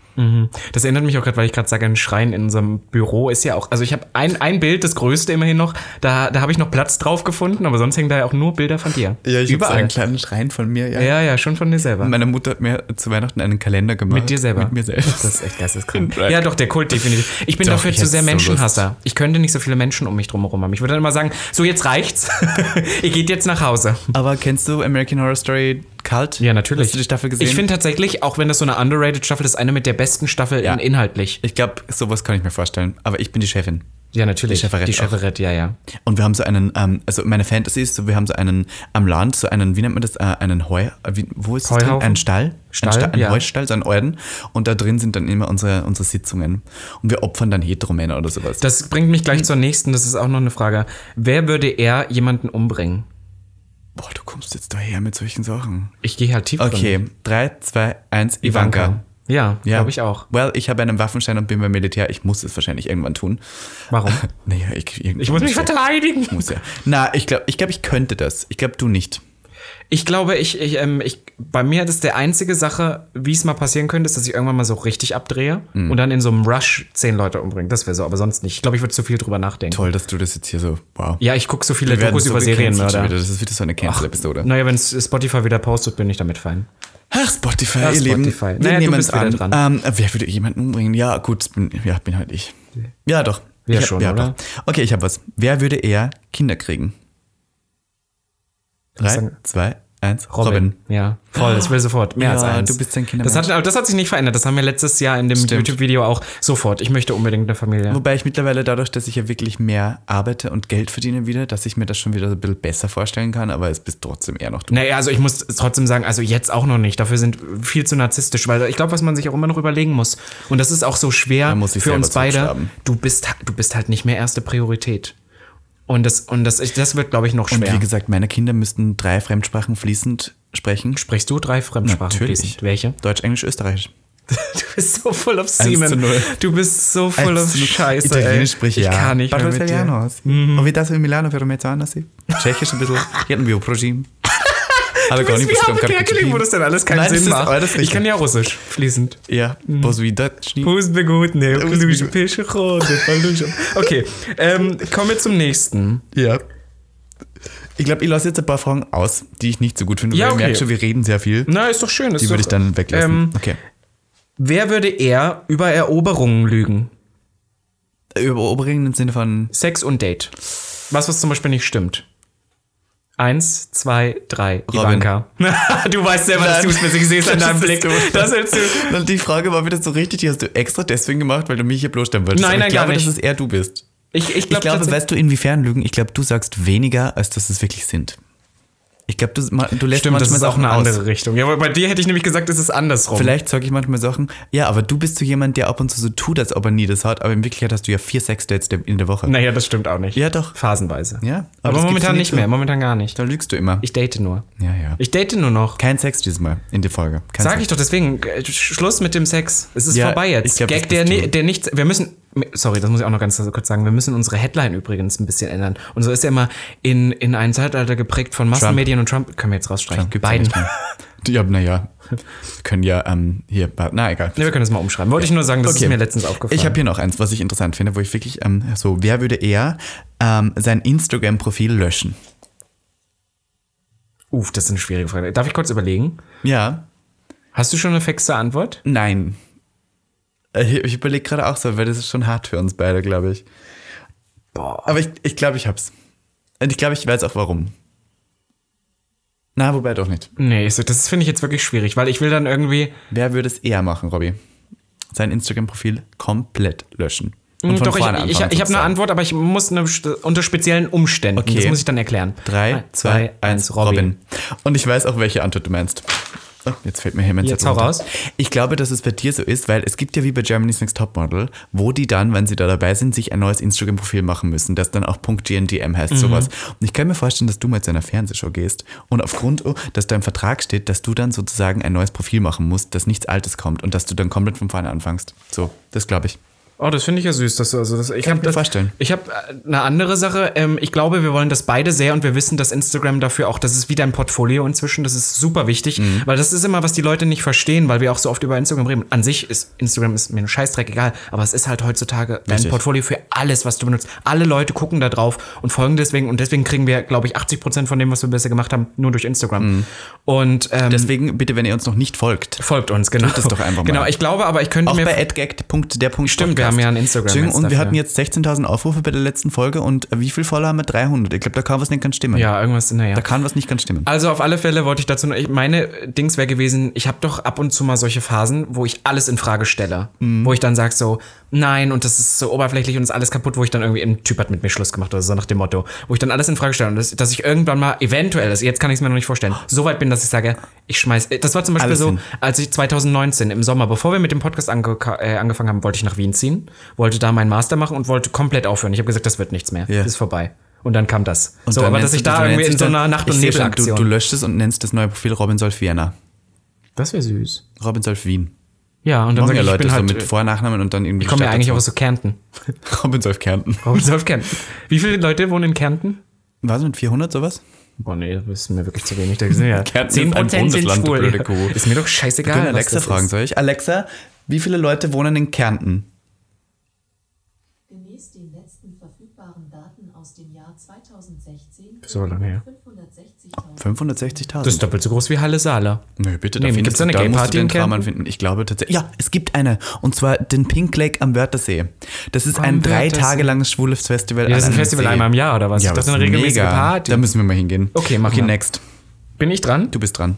Das erinnert mich auch gerade, weil ich gerade sage, ein Schrein in unserem Büro ist ja auch. Also ich habe ein, ein Bild, das größte immerhin noch. Da, da habe ich noch Platz drauf gefunden, aber sonst hängen da ja auch nur Bilder von dir. Überall Überall. kleinen Schrein von mir, Ja, ja, schon von dir selber. Meine Mutter hat mir zu Weihnachten einen Kalender gemacht. Mit dir selber. Mit mir selbst. Das ist echt In geisteskrank. Drag. Ja, doch, der Kult definitiv. Ich bin Doch, dafür ich zu hätte sehr so Menschenhasser. ich könnte nicht so viele Menschen um mich drumherum haben. Ich würde dann immer sagen, so jetzt reicht's. Ihr geht jetzt nach Hause. Aber kennst du American Horror Story Cult? Ja, natürlich. Hast du die Staffel gesehen? Ich finde tatsächlich, auch wenn das so eine underrated Staffel ist, eine mit der besten Staffel Ja. in inhaltlich. ich glaube, sowas kann ich mir vorstellen. Aber ich bin die Chefin. Ja, natürlich. Die Cheferette Die auch. Cheferette, ja, ja. Und wir haben so einen, ähm, also meine Fantasy ist so, wir haben so einen am Land, so einen, wie nennt man das, äh, einen Heu, äh, wie, wo ist das drin? Heuhaufen? Ein Stall? Stall, ein, Stall, ein ja. Heustall, so ein Orden. Und da drin sind dann immer unsere, unsere Sitzungen. Und wir opfern dann Heteromänner oder sowas. Das bringt mich Hm. gleich zur nächsten. Das ist auch noch eine Frage. Wer würde eher jemanden umbringen? Boah, du kommst jetzt daher mit solchen Sachen. Ich gehe halt tief drin. Okay, drei, zwei, eins, Ivanka. Ja, glaube ich auch. Well, ich habe einen Waffenschein und bin beim Militär. Ich muss es wahrscheinlich irgendwann tun. Warum? Naja, ich, Ich muss mich verteidigen. Ich muss ja. Na, ich glaube, ich, glaub, ich könnte das. Ich glaube, du nicht. Ich glaube, ich, ich, ähm, ich, bei mir das der einzige Sache, wie es mal passieren könnte, ist, dass ich irgendwann mal so richtig abdrehe Hm. und dann in so einem Rush zehn Leute umbringe. Das wäre so, aber sonst nicht. Ich glaube, ich würde zu viel drüber nachdenken. Toll, dass du das jetzt hier so, wow. Ja, ich gucke so viele Wir werden Dokus so über gecancelt schon Serienmörder. Wieder. Das ist wieder so eine Cancel-Episode. Naja, wenn Spotify wieder postet, bin ich damit fein. Ach, Spotify, Ach, ihr Lieben. Spotify. Wir Naja, du nehmen bist es an. wieder Ähm, wer würde jemanden umbringen? Ja, gut, es bin, ja, bin halt ich. Ja, doch. Ja, ich hab- schon, ja, oder? Doch. Okay, ich habe was. Wer würde eher Kinder kriegen? Drei, sagen- zwei, eins. Robin. Robin. Ja, voll, das will sofort. Mehr Ja, als eins. du bist ein Kindermensch. das hat, aber das hat sich nicht verändert. Das haben wir letztes Jahr in dem Stimmt. YouTube-Video auch sofort. Ich möchte unbedingt eine Familie. Wobei ich mittlerweile dadurch, dass ich ja wirklich mehr arbeite und Geld verdiene wieder, dass ich mir das schon wieder so ein bisschen besser vorstellen kann, aber es bist trotzdem eher noch du. Naja, also ich muss trotzdem sagen, also jetzt auch noch nicht. Dafür sind viel zu narzisstisch, weil ich glaube, was man sich auch immer noch überlegen muss. Und das ist auch so schwer muss sich für selber uns beide. zurückschrauben. Du bist, du bist halt nicht mehr erste Priorität. Und das, und das, ich- das wird, glaube ich, noch Und schwer. wie gesagt, meine Kinder müssten drei Fremdsprachen fließend sprechen. Sprichst du drei Fremdsprachen? fließend? Welche? Deutsch, Englisch, Österreichisch. Du bist so voll auf zu Siemen. null. Du bist so voll auf Scheiße. Italienisch ey. spreche ich ja. kann nicht mehr Parlo mit dir. italiano. Und wie das in Milano per mezzana si? Tschechisch ein bisschen. Hätten wir Prosim. Aber gar Wie bisschen habe kein ich gelegen, wo das denn alles keinen Nein, das Sinn ist macht? alles Ich richtig. kann ja Russisch fließend. Ja, was wie Deutsch. Pust mir gut, ne? Pust mir Kluge gut. Pische Rode, Verluschung. Okay, ähm, kommen wir zum nächsten. Ja. Ich glaube, ich lasse jetzt ein paar Fragen aus, die ich nicht so gut finde. Ja, weil okay. Ihr merkt schon, wir reden sehr viel. Na, ist doch schön. Ist Die würde doch, ich dann weglassen. Ähm, okay. wer würde eher über Eroberungen lügen? Über Oberingen im Sinne von. Sex und Date. Was, was zum Beispiel nicht stimmt. Eins, zwei, drei. Robin. Ivanka. du weißt selber, dass du Nein. es bist. Ich sehe es an Das deinem ist Blick. du. Das hältst du. Und die Frage war wieder so richtig, die hast du extra deswegen gemacht, weil du mich hier bloßstellen wolltest. Nein, Aber nein, ich gar glaube, nicht. dass es eher du bist. Ich, ich, Ich glaub, glaube, tatsächlich- weißt du, inwiefern Lügen? Ich glaube, du sagst weniger, als dass es wirklich sind. Ich glaube, du, ma- du lässt Stimmt, das manchmal ist auch Sachen eine aus. andere Richtung. Ja, aber bei dir hätte ich nämlich gesagt, es ist andersrum. Vielleicht sage ich manchmal Sachen, ja, aber du bist so jemand, der ab und zu so tut, als ob er nie das hat, aber in Wirklichkeit hast du ja vier Sexdates der- in der Woche. Naja, das stimmt auch nicht. Ja, doch. Phasenweise. Ja, aber aber, das gibt's momentan ja nicht nicht so. mehr. Momentan gar nicht. Da lügst du immer. Ich date nur. ja, ja. ja. Ich date nur noch. Kein Sex diesmal in die Folge. Kein Sag Sex. ich doch, deswegen, äh, Sch- Schluss mit dem Sex. Es ist Ja, vorbei jetzt. ich glaub, Gag, das der, bist ni- du. der nichts. Wir müssen. Sorry, das muss ich auch noch ganz kurz sagen. Wir müssen unsere Headline übrigens ein bisschen ändern. Und so ist ja immer in, in einem Zeitalter geprägt von Massenmedien und Trump. Können wir jetzt rausstreichen? Trump gibt's ja Beiden. nicht mehr. Ja, naja. können ja ähm, hier, na egal. Nee, wir können das mal umschreiben. Wollte ich nur sagen, das Okay. ist mir letztens aufgefallen. Ich habe hier noch eins, was ich interessant finde, wo ich wirklich ähm, so, wer würde eher ähm, sein Instagram-Profil löschen? Uff, das ist eine schwierige Frage. Darf ich kurz überlegen? Ja, Hast du schon eine fixe Antwort? nein. Äh, Ich überlege gerade auch so, weil das ist schon hart für uns beide, glaube ich. Aber ich glaube, ich, glaub, ich hab's. Und ich glaube, ich weiß auch warum. Na, wobei doch nicht. Nee, ich so- das finde ich jetzt wirklich schwierig, weil ich will dann irgendwie. Wer würde es eher machen, Robby? Sein Instagram-Profil komplett löschen. Und von Hm, Doch, ich, vorne ich, ich anfangen, habe eine sozusagen. Antwort, aber ich muss eine, unter speziellen Umständen. Okay. Das muss ich dann erklären. Drei, zwei, eins, Robin. Und ich weiß auch, welche Antwort du meinst. Oh, jetzt fällt mir hier mein Jetzt Zettel hau raus. runter. Ich glaube, dass es bei dir so ist, weil es gibt ja wie bei Germany's Next Topmodel, wo die dann, wenn sie da dabei sind, sich ein neues Instagram-Profil machen müssen, das dann auch .gndm heißt, sowas. Und ich kann mir vorstellen, dass du mal zu einer Fernsehshow gehst und aufgrund, oh, dass da im Vertrag steht, dass du dann sozusagen ein neues Profil machen musst, dass nichts Altes kommt und dass du dann komplett von vorne anfängst. So, das glaube ich. Oh, das finde ich ja süß. Dass du, also das, ich habe mir vorstellen. Ich habe eine andere Sache. Ähm, ich glaube, wir wollen das beide sehr und wir wissen, dass Instagram dafür auch, das ist wie dein Portfolio inzwischen, das ist super wichtig, Mhm. weil das ist immer, was die Leute nicht verstehen, weil wir auch so oft über Instagram reden. An sich ist Instagram ist mir ein Scheißdreck egal, aber es ist halt heutzutage dein Richtig. Portfolio für alles, was du benutzt. Alle Leute gucken da drauf und folgen deswegen und deswegen kriegen wir, glaube ich, 80 Prozent von dem, was wir bisher gemacht haben, nur durch Instagram. Mhm. Und ähm, Deswegen bitte, wenn ihr uns noch nicht folgt, folgt uns, genau. das doch einfach mal. Genau, ich glaube, aber ich könnte Auch mir bei adgag.der. Stimmt, wir haben ja einen Instagram jetzt Und wir dafür. hatten jetzt 16.000 Aufrufe bei der letzten Folge und äh, wie viel Follower haben wir? 300. Ich glaube, da kann was nicht ganz stimmen. ja, irgendwas, naja. Da kann was nicht ganz stimmen. Also auf alle Fälle wollte ich dazu nur, ich meine Dings wäre gewesen, ich habe doch ab und zu mal solche Phasen, wo ich alles in Frage stelle, Hm. wo ich dann sag so, nein und das ist so oberflächlich und ist alles kaputt, wo ich dann irgendwie ein Typ hat mit mir Schluss gemacht oder so nach dem Motto, wo ich dann alles in Frage stelle und das, dass ich irgendwann mal eventuell, das, jetzt kann ich es mir noch nicht vorstellen, so weit bin, dass ich sage, ich schmeiß. Das war zum Beispiel Alles so, hin. als ich 2019 im Sommer, bevor wir mit dem Podcast ange äh, angefangen haben, wollte ich nach Wien ziehen, wollte da meinen Master machen und wollte komplett aufhören. Ich habe gesagt, das wird nichts mehr, Ja. ist vorbei. Und dann kam das. Und so, Also, dann aber dass nennst ich du- da du irgendwie nennst in so dich einer dann- Nacht- ich und sehe schon, Nebelaktion. Du, du löscht es und nennst das neue Profil Robin Solf Vienna. Das wäre süß. Robin Solf Wien. Ja, und dann Machen sage ja ich, ich Leute bin so halt, mit Vornachnamen und dann irgendwie. ich komme ja Stadt eigentlich auch dazu. aus so Kärnten. Robin Solf Kärnten. Warum soll ich Kärnten? Wie viele Leute wohnen in Kärnten? Was mit 400 sowas? Boah, nee, das ist mir wirklich zu wenig. Da sind ja Kärnten ist ein 10% sind Bundesland, du schwul. blöde Ja. Kuh. Ist mir doch Wir scheißegal. können was Alexa das fragen, ist. soll ich? Alexa, wie viele Leute wohnen in Kärnten? Gemäß den letzten verfügbaren Daten aus dem Jahr 2016 So lange her. 560.000 560.000. Das ist doppelt so groß wie Halle Saale. Nö, bitte, Nee, gibt's findest da eine du- Gay musst Party du den in Traum Kärnten? anfinden. Ich glaube tatsächlich. Ja, es gibt eine. Und zwar den Pink Lake am Wörthersee. Das ist ein Am drei Wörthersee. Tage langes schwules Festival. Ja, das an ist ein einem Festival See. einmal im Jahr, oder was? Ja, Ist das aber eine ist regelmäßige mega. Party? Da müssen wir mal hingehen. Okay, machen Okay, wir. next. Bin ich dran? Du bist dran.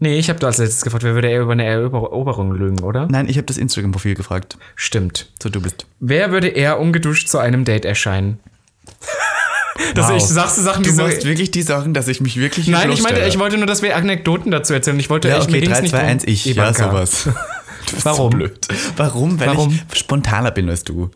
Nee, ich habe da als letztes gefragt, wer würde eher über eine Eroberung lügen, oder? Nein, ich habe das Instagram-Profil gefragt. Stimmt. So, du bist. Wer würde eher ungeduscht zu einem Date erscheinen? Dass Wow. ich sagst du Sachen, die Du so. machst wirklich die Sachen, dass ich mich wirklich in Nein, Schluss ich meinte, stelle. ich wollte nur, dass wir Anekdoten dazu erzählen. Ich wollte Ja, echt- okay, mir ging's 3, 2, darum- 1, ich. Ja, Ivanka. sowas. Du bist Warum? So blöd. Warum? Weil Warum? ich spontaner bin als du.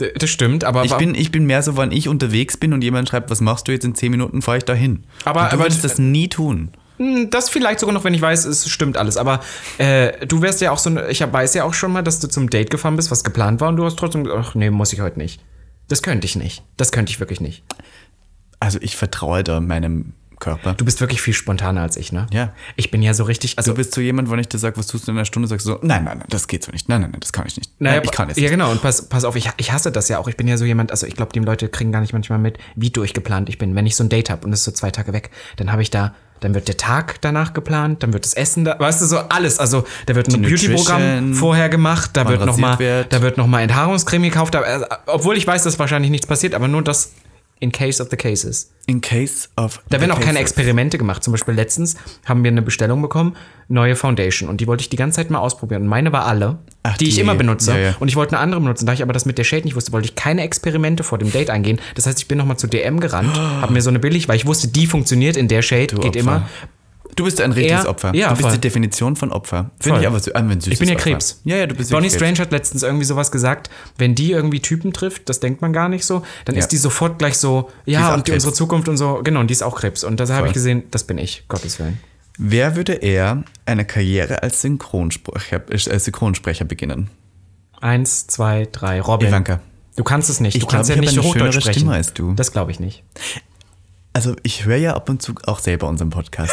D- Das stimmt, aber Ich wa- bin, ich bin mehr so, wann ich unterwegs bin und jemand schreibt, was machst du jetzt in 10 Minuten, fahre ich da hin. Aber- und du aber- würdest das nie tun. hm, das vielleicht sogar noch, wenn ich weiß, es stimmt alles. Aber äh, du wärst ja auch so, eine- ich hab- weiß ja auch schon mal, dass du zum Date gefahren bist, was geplant war und du hast trotzdem gesagt, ach nee, muss ich heute nicht. Das könnte ich nicht. Das könnte ich wirklich nicht. Also ich vertraue da meinem Körper. Du Du, bist wirklich viel spontaner als ich, ne? Ja. Ich bin ja so richtig, also bist so jemand, wenn ich dir sage, was tust du in einer Stunde, sagst du so, nein, nein, nein, das geht so nicht. Nein, nein, nein, das kann ich nicht. Naja, nein, ich kann es ja, nicht. genau. Und pass, pass auf, ich, ich hasse das ja auch. Ich bin ja so jemand, also ich glaube, die Leute kriegen gar nicht manchmal mit, wie durchgeplant ich bin. Wenn ich so ein Date habe und es ist so zwei Tage weg, dann habe ich da, dann wird der Tag danach geplant, dann wird das Essen da, weißt du, so alles. Also da wird ein Nutrition, Beauty-Programm vorher gemacht, da wann wird nochmal, rasiert wird. da wird noch mal Enthaarungscreme gekauft. Aber, äh, obwohl ich weiß, dass wahrscheinlich nichts passiert, aber nur das in case of the cases. In case of... Da werden auch keine cases. Experimente gemacht. Zum Beispiel letztens haben wir eine Bestellung bekommen, neue Foundation. Und die wollte ich die ganze Zeit mal ausprobieren. Und meine war alle, Ach, die, ich die. immer benutze. Ja, ja. Und ich wollte eine andere benutzen. Da ich aber das mit der Shade nicht wusste, wollte ich keine Experimente vor dem Date eingehen. Das heißt, ich bin nochmal zu DM gerannt, habe mir so eine billig, weil ich wusste, die funktioniert in der Shade, geht Opfer. immer. Du bist ein richtiges Er- Opfer. ja, du bist voll. die Definition von Opfer. Finde Voll. ich aber so, ah, ein süßes Ich bin ja Opfer. Krebs. Ja, ja, du bist ja Bonnie Krebs. Strange hat letztens irgendwie sowas gesagt, wenn die irgendwie Typen trifft, das denkt man gar nicht so, dann Ja. ist die sofort gleich so, Die ist ja, auch und die, Krebs. unsere Zukunft und so, genau, und die ist auch Krebs. Und da habe Voll. ich gesehen, das bin ich, Gottes Willen. Wer würde eher eine Karriere als Synchronsprecher, äh, Synchronsprecher beginnen? Eins, zwei, drei, Robin. Ivanka. Du kannst es nicht. Ich du kannst glaub, ja ich nicht hab eine Hochdeutsch schönere sprechen. Stimme als du. Das glaube ich nicht. Also ich höre ja ab und zu auch selber unseren Podcast.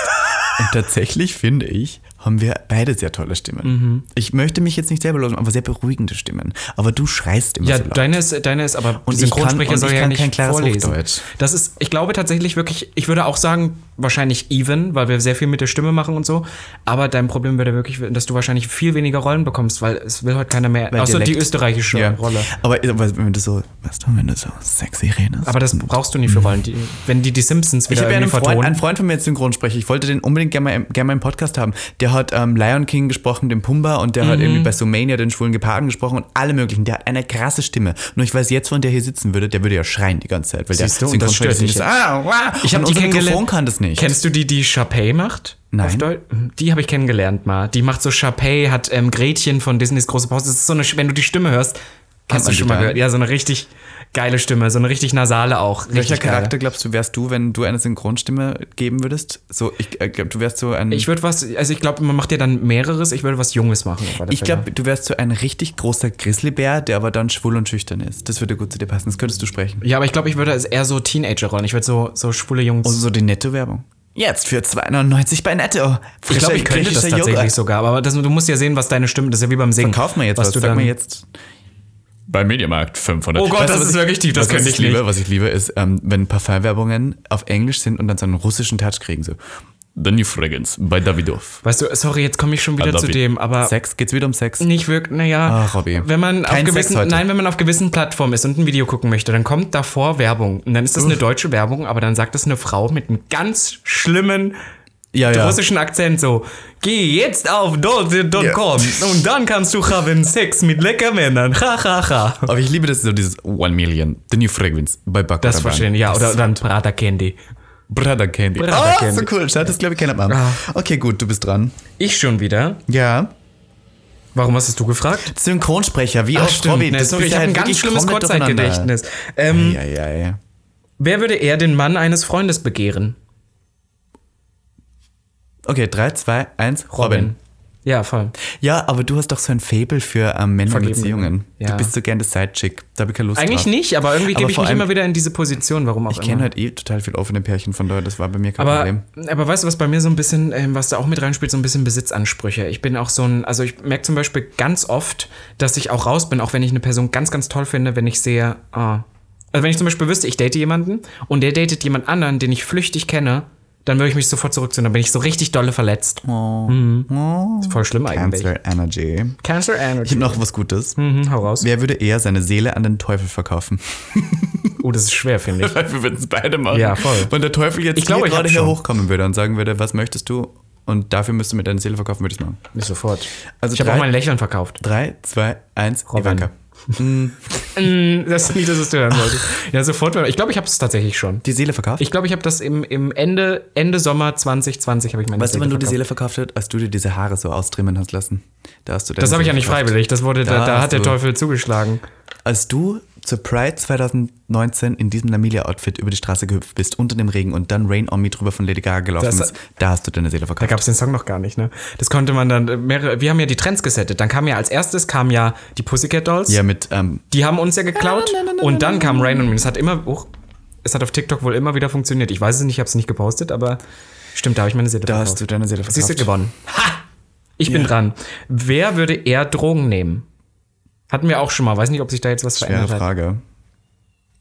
und tatsächlich finde ich, haben wir beide sehr tolle Stimmen. Mhm. Ich möchte mich jetzt nicht selber losen, aber sehr beruhigende Stimmen. Aber du schreist immer Ja, so laut. deine ist, deine ist aber Und ich kann- und ich kann kein klares Hochdeutsch. Das ist, ich glaube tatsächlich wirklich, ich würde auch sagen, wahrscheinlich even, weil wir sehr viel mit der Stimme machen und so. Aber dein Problem wäre wirklich, dass du wahrscheinlich viel weniger Rollen bekommst, weil es will heute keiner mehr, Weil außer die Dialekt- österreichische ja. Rolle. Aber, aber wenn du so, weißt du, wenn du so sexy redest. Aber das brauchst du nicht für Rollen. Die, wenn die die Simpsons Ich wieder habe ja einen irgendwie Freund, einen vertonen. Freund von mir jetzt Synchronsprecher. Ich wollte den unbedingt gerne mal, gerne mal im Podcast haben. Der hat ähm, Lion King gesprochen, den Pumba, und der hat Mhm. irgendwie bei Sumania den schwulen Geparden gesprochen und alle möglichen. Der hat eine krasse Stimme. Nur ich weiß jetzt, wenn der hier sitzen würde, der würde ja schreien die ganze Zeit, weil Siehst der du, und das stört ist. dich Ah, wow. Ich habe und die unser Mikrofon kennengelernt. kann das nicht. Kennst du die, die Chapey macht? Nein. Auf Deu- die habe ich kennengelernt mal. Die macht so Chapey, hat ähm, Gretchen von Disneys große Pause. Das ist so eine, wenn du die Stimme hörst, hast du man die schon mal da? gehört. Ja, so eine richtig geile Stimme, so eine richtig nasale auch. Welcher richtig geile. Charakter glaubst du, wärst du, wenn du eine Synchronstimme geben würdest? So, ich äh, glaube, du wärst so ein. Ich würde was, also ich glaube, man macht ja dann mehreres. Ich würde was Junges machen. auf alle Ich Fälle. glaube, du wärst so ein richtig großer Grizzlybär, der aber dann schwul und schüchtern ist. Das würde gut zu dir passen. Das könntest du sprechen. Ja, aber ich glaube, ich würde als eher so Teenager-Rollen. Ich würde so, so schwule Jungs. Also so die Netto-Werbung. Jetzt für 2,99 bei Netto. ich glaube, ich könnte das tatsächlich sogar. Aber das, du musst ja sehen, was deine Stimme, das ist ja wie beim Singen. Kauf mal jetzt was. du Sag dann- mir jetzt. Bei Mediamarkt 500. Oh Gott, das ist wirklich tief, das könnte ich liebe, nicht. Was ich liebe, ist, ähm, wenn Parfumwerbungen auf Englisch sind und dann so einen russischen Touch kriegen. So, The New Fragrance bei Davidoff. Weißt du, sorry, jetzt komme ich schon wieder Adobe. zu dem, aber. Sex, geht's wieder um Sex? Nicht wirklich, naja. Ach, Ah, Robby. Wenn man Kein auf Sex gewissen, heute. nein, wenn man auf gewissen Plattformen ist und ein Video gucken möchte, dann kommt davor Werbung. Und dann ist das eine deutsche Werbung, aber dann sagt das eine Frau mit einem ganz schlimmen Ja, ja. russischen Akzent so, geh jetzt auf dort.com Ja. und dann kannst du haben Sex mit lecker Männern. Ha, ha, ha. Aber ich liebe das so, dieses One Million, The New Fragrance bei Baccarat. Das verstehen, ja. Oder dann Prada Candy. Brother Candy. Brother Ah, Candy. Ah. so cool. Schaut das, glaube ich, keiner mal. an. Okay, gut, du bist dran. Ich schon wieder. Ja. Warum hast du gefragt? Synchronsprecher, wie Ach, auch Robby. ne, das sorry, ich bist ja habe ein ganz halt wirklich schlimmes komplett durcheinander. Kurzzeitgedächtnis. Ähm, Ja, ja, ja. Wer würde eher den Mann eines Freundes begehren? Okay, 3, 2, 1, Robin. Ja, voll. Ja, aber du hast doch so ein Faible für ähm, Männer in Vergeben. Beziehungen. Du Ja. bist so gerne Sidechick. Da habe ich keine Lust Eigentlich drauf. nicht, aber irgendwie Aber gebe ich vor mich allem- immer wieder in diese Position, warum auch Ich immer. kenne halt eh total viel offene Pärchen, von daher, das war bei mir kein Problem. aber, aber weißt du, was bei mir so ein bisschen, ähm, was da auch mit reinspielt, so ein bisschen Besitzansprüche. Ich bin auch so ein, also ich merke zum Beispiel ganz oft, dass ich auch raus bin, auch wenn ich eine Person ganz, ganz toll finde, wenn ich sehe, ah. Also wenn ich zum Beispiel wüsste, ich date jemanden und der datet jemand anderen, den ich flüchtig kenne, dann würde ich mich sofort zurückziehen. Dann bin ich so richtig dolle verletzt. Mhm. Voll schlimm eigentlich. Oh. Cancer Energy. Cancer Ich Energy. habe noch was Gutes. Mhm, hau raus. Wer würde eher seine Seele an den Teufel verkaufen? Oh, das ist schwer, finde ich. Wir würden es beide machen. Ja, voll. Wenn der Teufel jetzt Ich glaube, hier ich gerade hab hier schon. hochkommen würde und sagen würde, was möchtest du? Und dafür müsstest du mir deine Seele verkaufen, würde ich es machen. Nicht sofort. Also ich habe drei- auch mein Lächeln verkauft. 3, 2, 1, Robin. Ivanka. Das ist nicht das, was du hören wolltest. Ja, sofort. Ich glaube, ich habe es tatsächlich schon. Die Seele verkauft? Ich glaube, ich habe das im, im Ende, Ende Sommer 2020 habe ich meine weißt du, Seele wann du die verkauft. Seele verkauft hast, als du dir diese Haare so austrimmen hast lassen? Da hast du deine Das habe ich Seele ja nicht verkauft. freiwillig. Das wurde, Da da, da hast hat der du- Teufel zugeschlagen. Als du zur Pride 2019 in diesem Namilia-Outfit über die Straße gehüpft bist, unter dem Regen und dann Rain on Me drüber von Lady Gaga gelaufen Das- bist, da hast du deine Seele Da verkauft. gab es den Song noch gar nicht, ne? Das konnte man dann äh, mehrere. Wir haben ja die Trends gesettet. Dann kam ja als erstes kam ja die Pussycat Dolls. ja, mit, ähm, Die haben uns ja geklaut. Und dann kam Rain on Me. Es hat immer. Oh, es hat auf TikTok wohl immer wieder funktioniert. Ich weiß es nicht, ich habe es nicht gepostet, aber stimmt, da habe ich meine Seele da verkauft. hast du deine Seele verkauft. Siehst du, gewonnen. Ha! Ich bin Ja. dran. Wer würde eher Drogen nehmen? Hatten wir auch schon mal. Weiß nicht, ob sich da jetzt was Schwere verändert hat. Frage.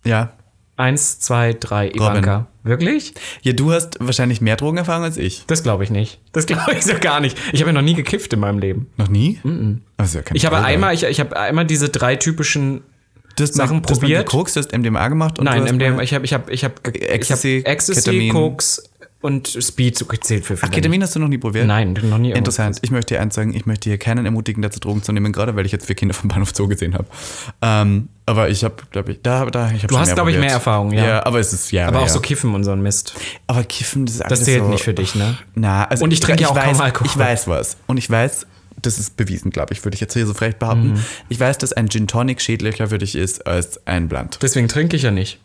Ja. Eins, zwei, drei, Ivanka. Wirklich? Ja, du hast wahrscheinlich mehr Drogenerfahrung als ich. Das glaube ich nicht. Das glaube ich so gar nicht. Ich habe ja noch nie gekifft in meinem Leben. Noch nie? Mhm. Also, ja, keine Ich habe Frage. einmal, ich, ich habe einmal diese drei typischen. du hast Sachen mal, du hast mal probiert. geguckt, Du hast MDMA gemacht und Nein, du hast MDMA, mal- ich habe, ich habe, ich habe, ich habe Ecstasy, Ecstasy, Ketamin. Koks, und Speed so gezählt für Ach, Ketamin hast du noch nie probiert? Nein, noch nie irgendwas Interessant. Ich möchte dir eins sagen, ich möchte hier keinen ermutigen, dazu Drogen zu nehmen, gerade weil ich jetzt vier Kinder vom Bahnhof Zoo gesehen habe. Ähm, aber ich habe, glaube ich, da, da, ich habe Du hast, glaube ich, mehr Erfahrung, ja. Ja, aber es ist, ja. Aber auch ja. so Kiffen und so ein Mist. Aber Kiffen, das ist Das alles zählt so, nicht für dich, ne? Na, also Und ich trinke ja auch weiß, kaum Alkohol. Ich weiß was. Und ich weiß, das ist bewiesen, glaube ich, würde ich jetzt hier so frech behaupten. Mhm. Ich weiß, dass ein Gin Tonic schädlicher für dich ist als ein Blunt. Deswegen trinke ich ja nicht.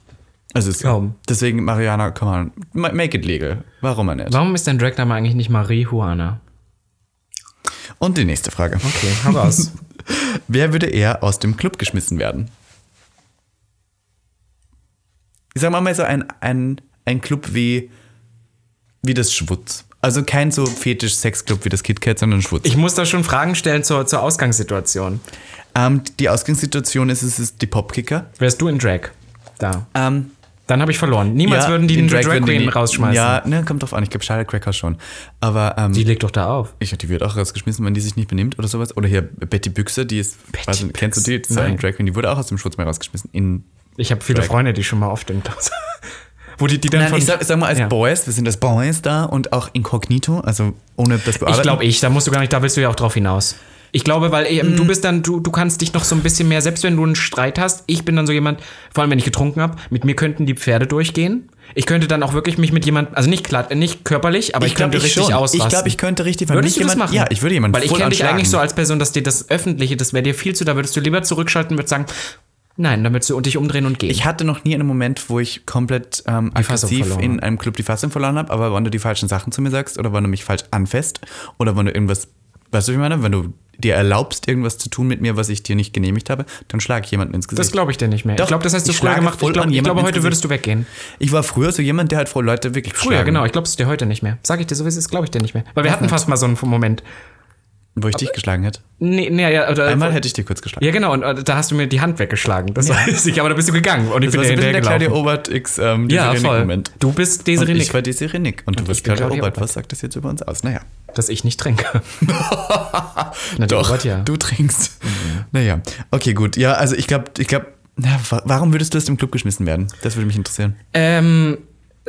Also es Kaum. Deswegen, Mariana, come on, ma- make it legal. Warum man nicht? Warum ist dein Dragname eigentlich nicht Marihuana? Und die nächste Frage. Okay, hau raus. Wer würde eher aus dem Club geschmissen werden? Ich sag mal mal so ein, ein, ein Club wie, wie das Schwutz. Also kein so Fetisch-Sex-Club wie das KitKat, sondern Schwutz. ich muss da schon Fragen stellen zur, zur Ausgangssituation. ähm, die Ausgangssituation ist, es ist die Popkicker. Wärst du in Drag? Da. Ähm, Dann habe ich verloren. Niemals ja, würden die den Drag, würden die Queen nie- rausschmeißen. Ja, ne, kommt drauf an. Ich glaube, Charlotte Cracker schon. Aber ähm, Die legt doch da auf. Ich, die wird auch rausgeschmissen, wenn die sich nicht benimmt oder sowas. Oder hier Betty Büchse, die ist. Betty weiß nicht, kennst du die? Das ist Nein. eine Drag Queen, die wurde auch aus dem Schutz mehr rausgeschmissen. In, Ich habe viele Drag. Freunde, die schon mal oft im Wo die, die dann Nein, ich sag, sag mal, als ja. Boys, wir sind als Boys da und auch inkognito, also ohne das Ich bearbeiten. glaube ich, da musst du gar nicht, da willst du ja auch drauf hinaus. Ich glaube, weil ähm, Mhm. du bist dann, du, du kannst dich noch so ein bisschen mehr, selbst wenn du einen Streit hast, ich bin dann so jemand, vor allem wenn ich getrunken habe, mit mir könnten die Pferde durchgehen. Ich könnte dann auch wirklich mich mit jemandem, also nicht glatt, äh, nicht körperlich, aber ich, glaub, könnte richtig schon. ausrasten. Ich glaube, ich könnte richtig weil Würdest mich du das jemand- machen? Ja, ich würde jemanden Weil ich voll kenne dich anschlagen. eigentlich so als Person, dass dir das Öffentliche, das wäre dir viel zu, da würdest du lieber zurückschalten, würdest sagen, nein, dann würdest du und dich umdrehen und gehen. Ich hatte noch nie einen Moment, wo ich komplett ähm, Fassung aggressiv verloren in hab. einem Club die Fassung verloren habe, aber wenn du die falschen Sachen zu mir sagst oder wenn du mich falsch anfasst oder wenn du irgendwas, weißt du, wie ich meine, wenn du dir erlaubst, irgendwas zu tun mit mir, was ich dir nicht genehmigt habe, dann schlage ich jemanden ins Gesicht. das glaube ich dir nicht mehr. Doch, ich glaube, das hast du ich früher schlage gemacht. voll Ich, glaub, an ich jemanden glaube, heute ins würdest du weggehen. Ich war früher so jemand, der halt vor Leute wirklich Früher, geschlagen, genau. Ich glaube es dir heute nicht mehr. Sag ich dir sowieso, das glaube ich dir nicht mehr. Weil wir hatten fast mal so einen Moment. Wo ich dich geschlagen hätte. Nee, nee, ja, oder, Einmal hätte ich dir kurz geschlagen. Ja, genau, und äh, da hast du mir die Hand weggeschlagen. Das weiß ich, aber da bist du gegangen und ich bin Das war dir so ein bisschen Also, der hinterhergelaufen. Claudia Obert x ähm, Ja, Desiree voll. Nick-Moment. Du bist Und Desiree ich Nick, war Desiree Nick. Und du ich bist bin Claudia Claudia Obert. Obert. Was sagt das jetzt über uns aus? Naja. dass ich nicht trinke. Na, die Doch, Obert, ja. Mhm. du trinkst. Naja, okay, gut. Ja, also ich glaube, ich glaube, warum würdest du aus dem Club geschmissen werden? Das würde mich interessieren. Ähm,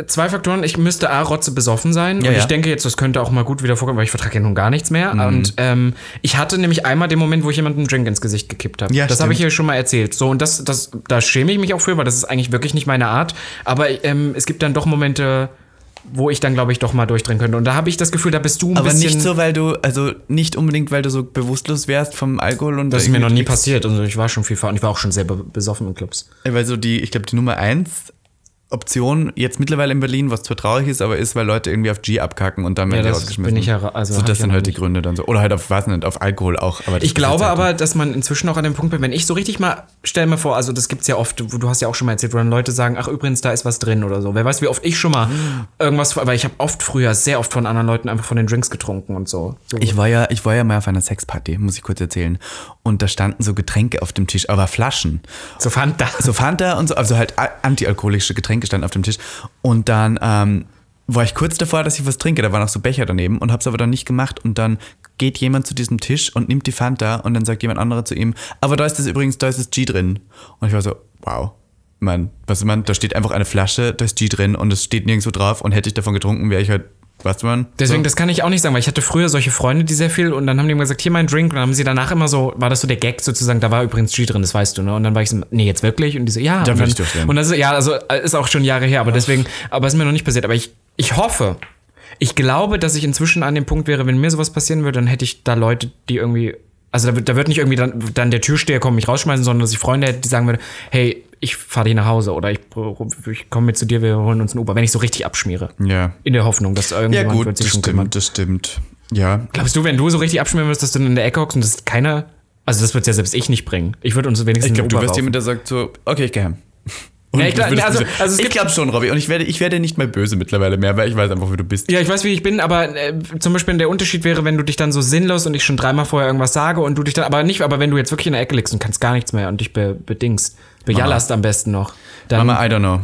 zwei Faktoren. Ich müsste A, Rotze besoffen sein. Ja, und ja. Mhm. ich denke jetzt, das könnte auch mal gut wieder vorkommen, weil ich vertrage ja nun gar nichts mehr. Und ähm, ich hatte nämlich einmal den Moment, wo ich jemandem einen Drink ins Gesicht gekippt habe. Ja, das habe ich stimmt. hier schon mal erzählt. So, und das, das, da schäme ich mich auch für, weil das ist eigentlich wirklich nicht meine Art. Aber ähm, es gibt dann doch Momente, wo ich dann, glaube ich, doch mal durchdrehen könnte. Und da habe ich das Gefühl, da bist du ein Aber bisschen. nicht so, weil du, also nicht unbedingt, weil du so bewusstlos wärst vom Alkohol und Das ist mir noch nie irgendwie- passiert. Also ich war schon viel fahren. Ich war auch schon selber besoffen in Clubs. Weil so die, ich glaube, die Nummer eins Option jetzt mittlerweile in Berlin, was zwar traurig ist, aber ist, weil Leute irgendwie auf G abkacken und dann werden die das rausgeschmissen. bin ich ja ra- also so, hab das ich ja sind noch halt die nicht. Gründe dann so. Oder halt auf, weiß nicht, auf Alkohol auch. Aber das Ich ist jetzt glaube halt- aber, dass man inzwischen auch an dem Punkt bin, wenn ich so richtig mal, stell mir vor, also das gibt's ja oft, wo- du hast ja auch schon mal erzählt, wo dann Leute sagen, ach übrigens, da ist was drin oder so. Wer weiß, wie oft ich schon mal irgendwas, aber ich habe oft früher sehr oft von anderen Leuten einfach von den Drinks getrunken und so. so. Ich war ja, ich war ja mal auf einer Sexparty, muss ich kurz erzählen. Und da standen so Getränke auf dem Tisch, aber Flaschen. so fand das. So Fanta und so, also halt a- antialkoholische Getränke standen auf dem Tisch. Und dann ähm, war ich kurz davor, dass ich was trinke. Da waren auch so Becher daneben und hab's aber dann nicht gemacht. Und dann geht jemand zu diesem Tisch und nimmt die Fanta und dann sagt jemand anderer zu ihm, aber da ist das übrigens, da ist das G drin. Und ich war so, wow. Mann, was man, da steht einfach eine Flasche, da ist G drin und es steht nirgendwo drauf und hätte ich davon getrunken, wäre ich halt, weißt du man? Deswegen, so. das kann ich auch nicht sagen, weil ich hatte früher solche Freunde, die sehr viel und dann haben die immer gesagt, hier mein Drink und dann haben sie danach immer so, war das so der Gag sozusagen, da war übrigens G drin, das weißt du, ne? Und dann war ich so, nee, jetzt wirklich? Und die so, ja. Da und will dann, ich durchdrehen. Und das ist, ja, also äh, ist auch schon Jahre her, aber deswegen, aber ist mir noch nicht passiert. Aber ich, ich hoffe, ich glaube, dass ich inzwischen an dem Punkt wäre, wenn mir sowas passieren würde, dann hätte ich da Leute, die irgendwie, also da, wird- da wird nicht irgendwie dann, dann der Türsteher kommen, mich rausschmeißen, sondern dass ich Freunde hätte, die sagen würde, hey, ich fahre dich nach Hause oder ich, ich komme mit zu dir, wir holen uns ein Uber, wenn ich so richtig abschmiere. Ja. In der Hoffnung, dass Ja irgendjemand gut, wird sich das schon kümmern. stimmt, das stimmt. Ja, Glaubst du, wenn du so richtig abschmieren würdest, dass du dann in der Ecke hockst und das keiner. Also, das wird ja selbst ich nicht bringen. Ich würde uns wenigstens. Ich glaube, du einen Uber wirst raufen. jemand, der sagt so, okay, ich gehe heim. Und Ja, ich glaub- du würdest- also- also es ich gibt- glaube schon, Robby. Und ich werde, ich werde nicht mal böse mittlerweile mehr, weil ich weiß einfach, wie du bist. Ja, ich weiß, wie ich bin, aber äh, zum Beispiel der Unterschied wäre, wenn du dich dann so sinnlos und ich schon dreimal vorher irgendwas sage und du dich dann. Aber nicht, aber wenn du jetzt wirklich in der Ecke liegst und kannst gar nichts mehr und dich be, bedingst, bejallerst am besten noch. Dann, Mama, I don't know.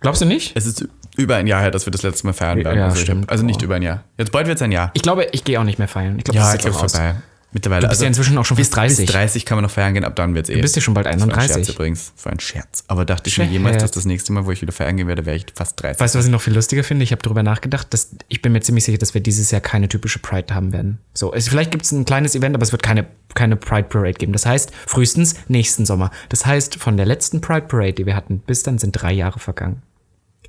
glaubst du nicht? Es ist über ein Jahr her, dass wir das letzte Mal feiern werden. Ja, also ich stimmt. hab, also nicht über ein Jahr. Jetzt bald wird es ein Jahr. Ich glaube, ich gehe auch nicht mehr feiern. Ich glaube, das ist jetzt auch glaub, aus. vorbei. Mittlerweile. also Du bist ja inzwischen auch schon bis, fast 30. Bis 30 kann man noch feiern gehen, ab dann wird's eh. bist ja schon bald Das war ein 31. Scherz übrigens. Das war ein Scherz. Aber dachte ich mir jemals, dass Scherz. das nächste Mal, wo ich wieder feiern gehen werde, wäre ich fast 30. Weißt du, was ich noch viel lustiger finde? Ich habe darüber nachgedacht, dass ich bin mir ziemlich sicher, dass wir dieses Jahr keine typische Pride haben werden. So, es, vielleicht gibt es ein kleines Event, aber es wird keine, keine Pride Parade geben. Das heißt, frühestens nächsten Sommer. Das heißt, von der letzten Pride Parade, die wir hatten, bis dann sind drei Jahre vergangen.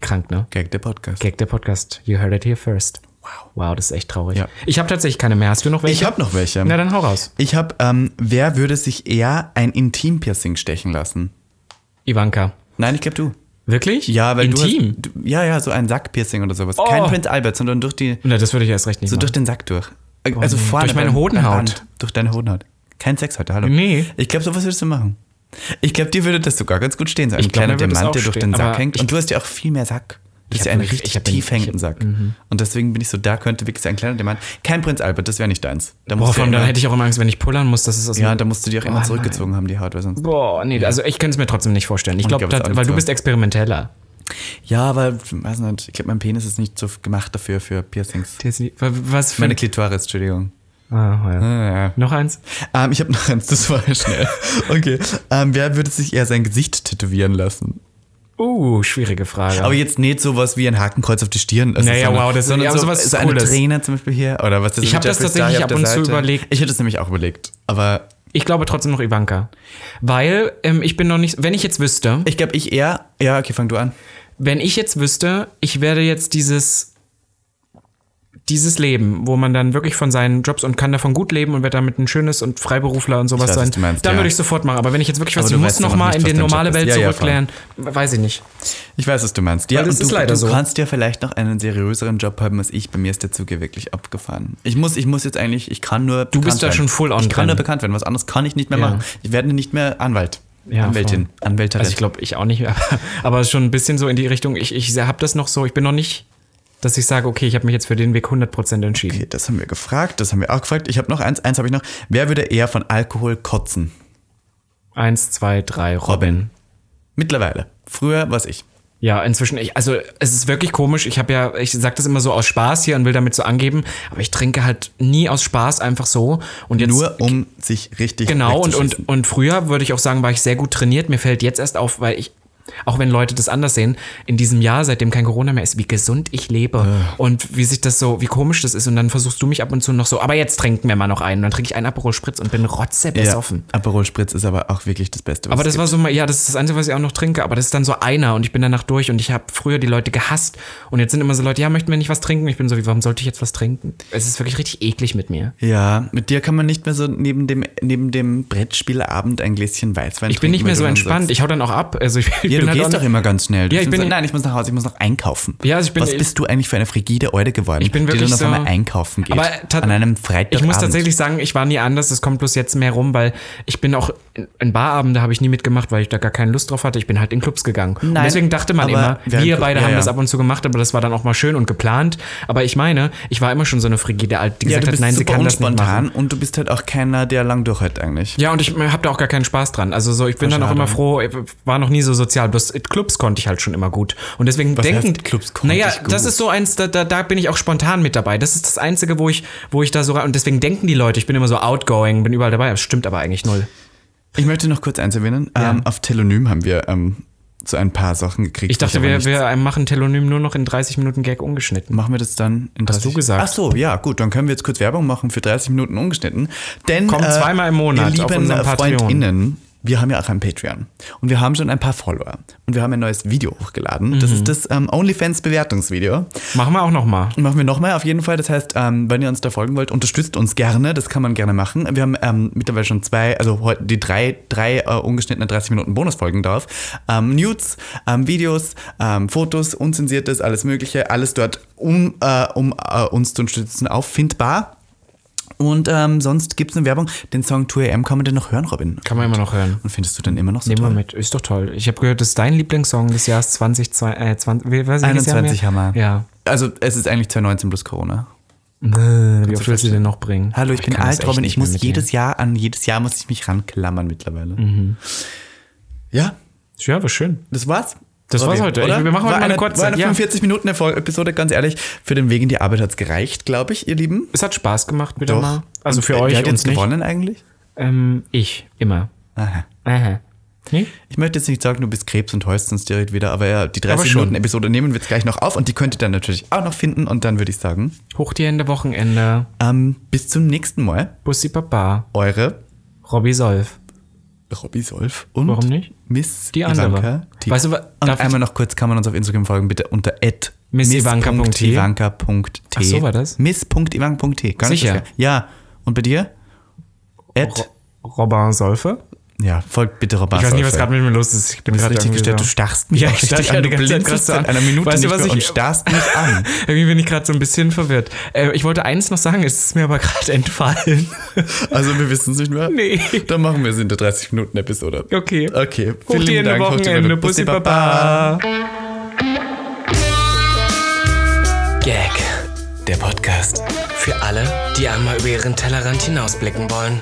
Krank, ne? Gag der Podcast. Gag der Podcast. You heard it here first. Wow. Wow, das ist echt traurig. Ja. Ich habe tatsächlich keine mehr. Hast du noch welche? Ich habe noch ähm, welche. Na, dann hau raus. Ich habe, ähm, wer würde sich eher ein Intim-Piercing stechen lassen? Ivanka. Nein, ich glaube du. Wirklich? Ja, weil Intim. du. Hast, du ja, ja, so ein Sackpiercing oder sowas. Kein Oh. Prinz Albert, sondern durch die, Na, das würde ich erst recht nicht so durch machen. den Sack durch. Äh, Also Oh nee. vorne. Durch meine beim- beim Hodenhaut. Band. Durch deine Hodenhaut. Kein Sex heute, hallo. Nee. Ich glaube, sowas würdest du machen. Ich glaube, dir würde das sogar ganz gut stehen. So ein Ich glaub, kleiner mir würde das Diamant, auch der durch stehen, den Sack aber hängt. ich- Und du hast ja auch viel mehr Sack. Das ist Ich ja hab ein wirklich- richtig ich hab den- tief ich hab- mhm. hängenden Sack. Und deswegen bin ich so, da könnte wirklich sein kleiner Diamant. Kein Prinz Albert, das wäre nicht deins. Da Boah, musst du vor allem ja dann immer- hätte ich auch immer Angst, wenn ich pullern muss, dass es aus Ja, dem- da musst du dir auch Oh, immer nein. zurückgezogen haben, die Haut, weil sonst. Boah, nee, also ich könnte es mir trotzdem nicht vorstellen. Ich Und ich glaube, glaub, es auch weil nicht du so. bist experimenteller. Ja, weil, weiß nicht, ich glaube, mein Penis ist nicht so gemacht dafür, für Piercings. Was für Ah, Meine Klitoris, Entschuldigung. ja. Noch eins? Ähm, ich habe noch eins, das war ja schnell. Okay. Ähm, wer würde sich eher sein Gesicht tätowieren lassen? Uh, schwierige Frage. Aber jetzt nicht sowas wie ein Hakenkreuz auf die Stirn. Also Naja, wow, das ist- sondern ja, aber so, sowas so eine Cooles. Träne zum Beispiel hier. Oder was ist Ich mit hab das Jeffree Star tatsächlich hier ab auf und der zu Seite? überlegt. Ich hätte es nämlich auch überlegt. Aber ich glaube trotzdem noch Ivanka. Weil ähm, ich bin noch nicht, wenn ich jetzt wüsste, ich glaube, ich eher. Ja, okay, fang du an. wenn ich jetzt wüsste, ich werde jetzt dieses dieses Leben, wo man dann wirklich von seinen Jobs und kann davon gut leben und wird damit ein schönes und Freiberufler und sowas Ich weiß, was sein, du meinst, dann ja. würde ich sofort machen. Aber wenn ich jetzt wirklich Aber was, du ich muss weißt ja noch noch mal nicht, in was die dein Job normale ist. Welt Ja, ja, voll. zurücklernen, weiß ich nicht. Ich weiß, was du meinst. Ja, Weil das und du, ist leider du so. kannst ja vielleicht noch einen seriöseren Job haben als ich. Bei mir ist der Zug ja wirklich abgefahren. Ich muss, ich muss jetzt eigentlich, ich kann nur. Du bist da schon full on Ich kann drin. nur bekannt werden. Was anderes kann ich nicht mehr Ja. machen. Ich werde nicht mehr Anwalt. Ja, Anwältin. Anwälterin. Also ich glaube, ich auch nicht, aber, aber schon ein bisschen so in die Richtung, ich, ich habe das noch so, ich bin noch nicht, dass ich sage, okay, ich habe mich jetzt für den Weg 100% entschieden. okay, das haben wir gefragt. Das haben wir auch gefragt. Ich habe noch eins. Eins habe ich noch. Wer würde eher von Alkohol kotzen? Eins, zwei, drei, Robin. Mittlerweile. Früher war es ich. Ja, inzwischen, ich, also es ist wirklich komisch, ich habe ja, ich sage das immer so aus Spaß hier und will damit so angeben, aber ich trinke halt nie aus Spaß einfach so und jetzt... Nur um sich richtig Genau, und, wegzuschießen. und, und früher würde ich auch sagen, war ich sehr gut trainiert. Mir fällt jetzt erst auf, weil ich, auch wenn Leute das anders sehen, in diesem Jahr, seitdem kein Corona mehr ist, wie gesund ich lebe und wie sich das so, wie komisch das ist. Und dann versuchst du mich ab und zu noch so, aber jetzt trinken wir mal noch einen. Und dann trinke ich einen Aperol Spritz und bin ja, rotzebesoffen. Aperol Spritz ist aber auch wirklich das Beste. Was Aber es das war so mal, ja, das ist das Einzige, was ich auch noch trinke. Aber das ist dann so einer und ich bin danach durch und ich habe früher die Leute gehasst. Und jetzt sind immer so Leute, ja, möchten wir nicht was trinken? Ich bin so, wie, warum sollte ich jetzt was trinken? Es ist wirklich richtig eklig mit mir. Ja, mit dir kann man nicht mehr so neben dem, neben dem Brettspielabend ein Gläschen Weißwein Ich bin nicht mehr so entspannt. Ich Ich hau dann auch ab. Also ich, ich bin ja, du halt auch gehst nicht- doch immer ganz schnell. Du Ja, ich bist bin- so, nein, ich muss nach Hause, ich muss noch einkaufen. Ja, also ich bin- Was bist du eigentlich für eine frigide Eude geworden, Ich bin die wirklich dann auf so- einmal einkaufen geht? Aber tat- an einem Freitag. Ich muss tatsächlich sagen, ich war nie anders. Es kommt bloß jetzt mehr rum, weil ich bin auch in- in Barabende habe ich nie mitgemacht, weil ich da gar keine Lust drauf hatte. Ich bin halt in Clubs gegangen. und Nein, deswegen dachte man immer, aber während- wir beide ja, haben ja. das ab und zu gemacht, aber das war dann auch mal schön und geplant. Aber ich meine, ich war immer schon so eine frigide Alt, die ja, gesagt du hat, bist nein, sie super kann das nicht machen. unspontan und du bist halt auch keiner, der lang durchhält eigentlich. Ja, und ich habe da auch gar keinen Spaß dran. Also so, ich bin dann auch schade. immer froh, ich war noch nie so sozial, bloß in Clubs konnte ich halt schon immer gut. Und deswegen denken. heißt, Clubs konnte naja, ich gut? das ist so eins, da, da, da bin ich auch spontan mit dabei. Das ist das Einzige, wo ich, wo ich da so rein. Und deswegen denken die Leute, ich bin immer so outgoing, bin überall dabei. Das stimmt aber eigentlich null. Ich möchte noch kurz eins erwähnen. Ähm, auf Telonym haben wir ähm, so ein paar Sachen gekriegt. Ich dachte, aber wir, nicht- wir machen Telonym nur noch in 30 Minuten Gag ungeschnitten. Machen wir das dann in 30 du gesagt. Ach so, ja, gut, dann können wir jetzt kurz Werbung machen für 30 Minuten ungeschnitten. Denn äh, Kommt zweimal im Monat ihr auf lieben unserem Patreon. FreundInnen, wir haben ja auch ein Patreon und wir haben schon ein paar Follower und wir haben ein neues Video hochgeladen. Mhm. Das ist das ähm, OnlyFans Bewertungsvideo. Machen wir auch nochmal. Machen wir nochmal auf jeden Fall. Das heißt, ähm, wenn ihr uns da folgen wollt, unterstützt uns gerne. Das kann man gerne machen. Wir haben ähm, mittlerweile schon zwei, also heute die drei, drei äh, ungeschnittene 30 Minuten Bonusfolgen drauf. Ähm, Nudes, ähm, Videos, ähm, Fotos, unzensiertes, alles Mögliche, alles dort, um, äh, um äh, uns zu unterstützen, auffindbar. Und ähm, sonst gibt es eine Werbung. Den Song 2am kann man denn noch hören, Robin? Kann man immer noch hören. Und findest du den immer noch so Nehmen wir toll? mit. Ist doch toll. Ich habe gehört, das ist dein Lieblingssong des Jahres 2020. Äh, 20, wie- was- welches Jahr haben wir? 21 haben wir. Ja. Also es ist eigentlich 2019 plus Corona. Wie oft willst du den noch bringen? Äh, Hallo, ich, bin kann das alt, echt Robin. nicht Ich mehr muss mit dir. Mhm. jedes Jahr an jedes Jahr muss ich mich ranklammern mittlerweile. Ja, Ja, war schön. das war's. Das war's heute. Ich, wir machen heute war mal eine eine, kurze. War eine ja. 45 Minuten Episode, ganz ehrlich. Für den Weg in die Arbeit hat es gereicht, glaube ich, ihr Lieben. Es hat Spaß gemacht wieder mal. Also Und, für äh, euch Wer hat uns jetzt nicht. gewonnen eigentlich? Ähm, ich immer. Aha. Aha. Nee? Ich möchte jetzt nicht sagen, du bist Krebs und heulst uns direkt wieder, aber ja, die Aber 30 schon. Minuten Episode nehmen wir jetzt gleich noch auf und die könnt ihr dann natürlich auch noch finden und dann würde ich sagen, Hoch die Hände, Wochenende. ähm, bis zum nächsten Mal. Bussi Papa. Eure Robby Solf. Robby Solf und Warum nicht? Miss Die andere. Ivanka. T. Weißt du, wa- und darf ich- einmal noch kurz kann man uns auf Instagram folgen, bitte unter missivanka.t. miss.ivanka.t. Ach so, war das? Miss.ivanka.t. Gar nicht Sicher? so schwer. Ja. Und bei dir? At, Robin Solfe? ja, folgt bitte Robert Ich weiß nicht, was Solfer. gerade mit mir los ist. Ich bin Ah, Du bist gerade richtig irgendwie gestellt, so- du starrst mich ja, auch ich starr richtig ja an. die Du ganze Zeit blinzelst gerade so seit an. einer Minute Weißt du, nicht was mehr ich- und starrst mich an. Irgendwie bin ich gerade so ein bisschen verwirrt. Äh, ich wollte eins noch sagen, es ist mir aber gerade entfallen. Also wir wissen es nicht mehr. Nee. Dann machen wir es in der 30-Minuten-Episode. Okay. Okay. Hoch die Hände, Dank. Hoch die Wochenende. Hände. Bussi Baba. Gag. Der Podcast. Für alle, die einmal über ihren Tellerrand hinausblicken wollen.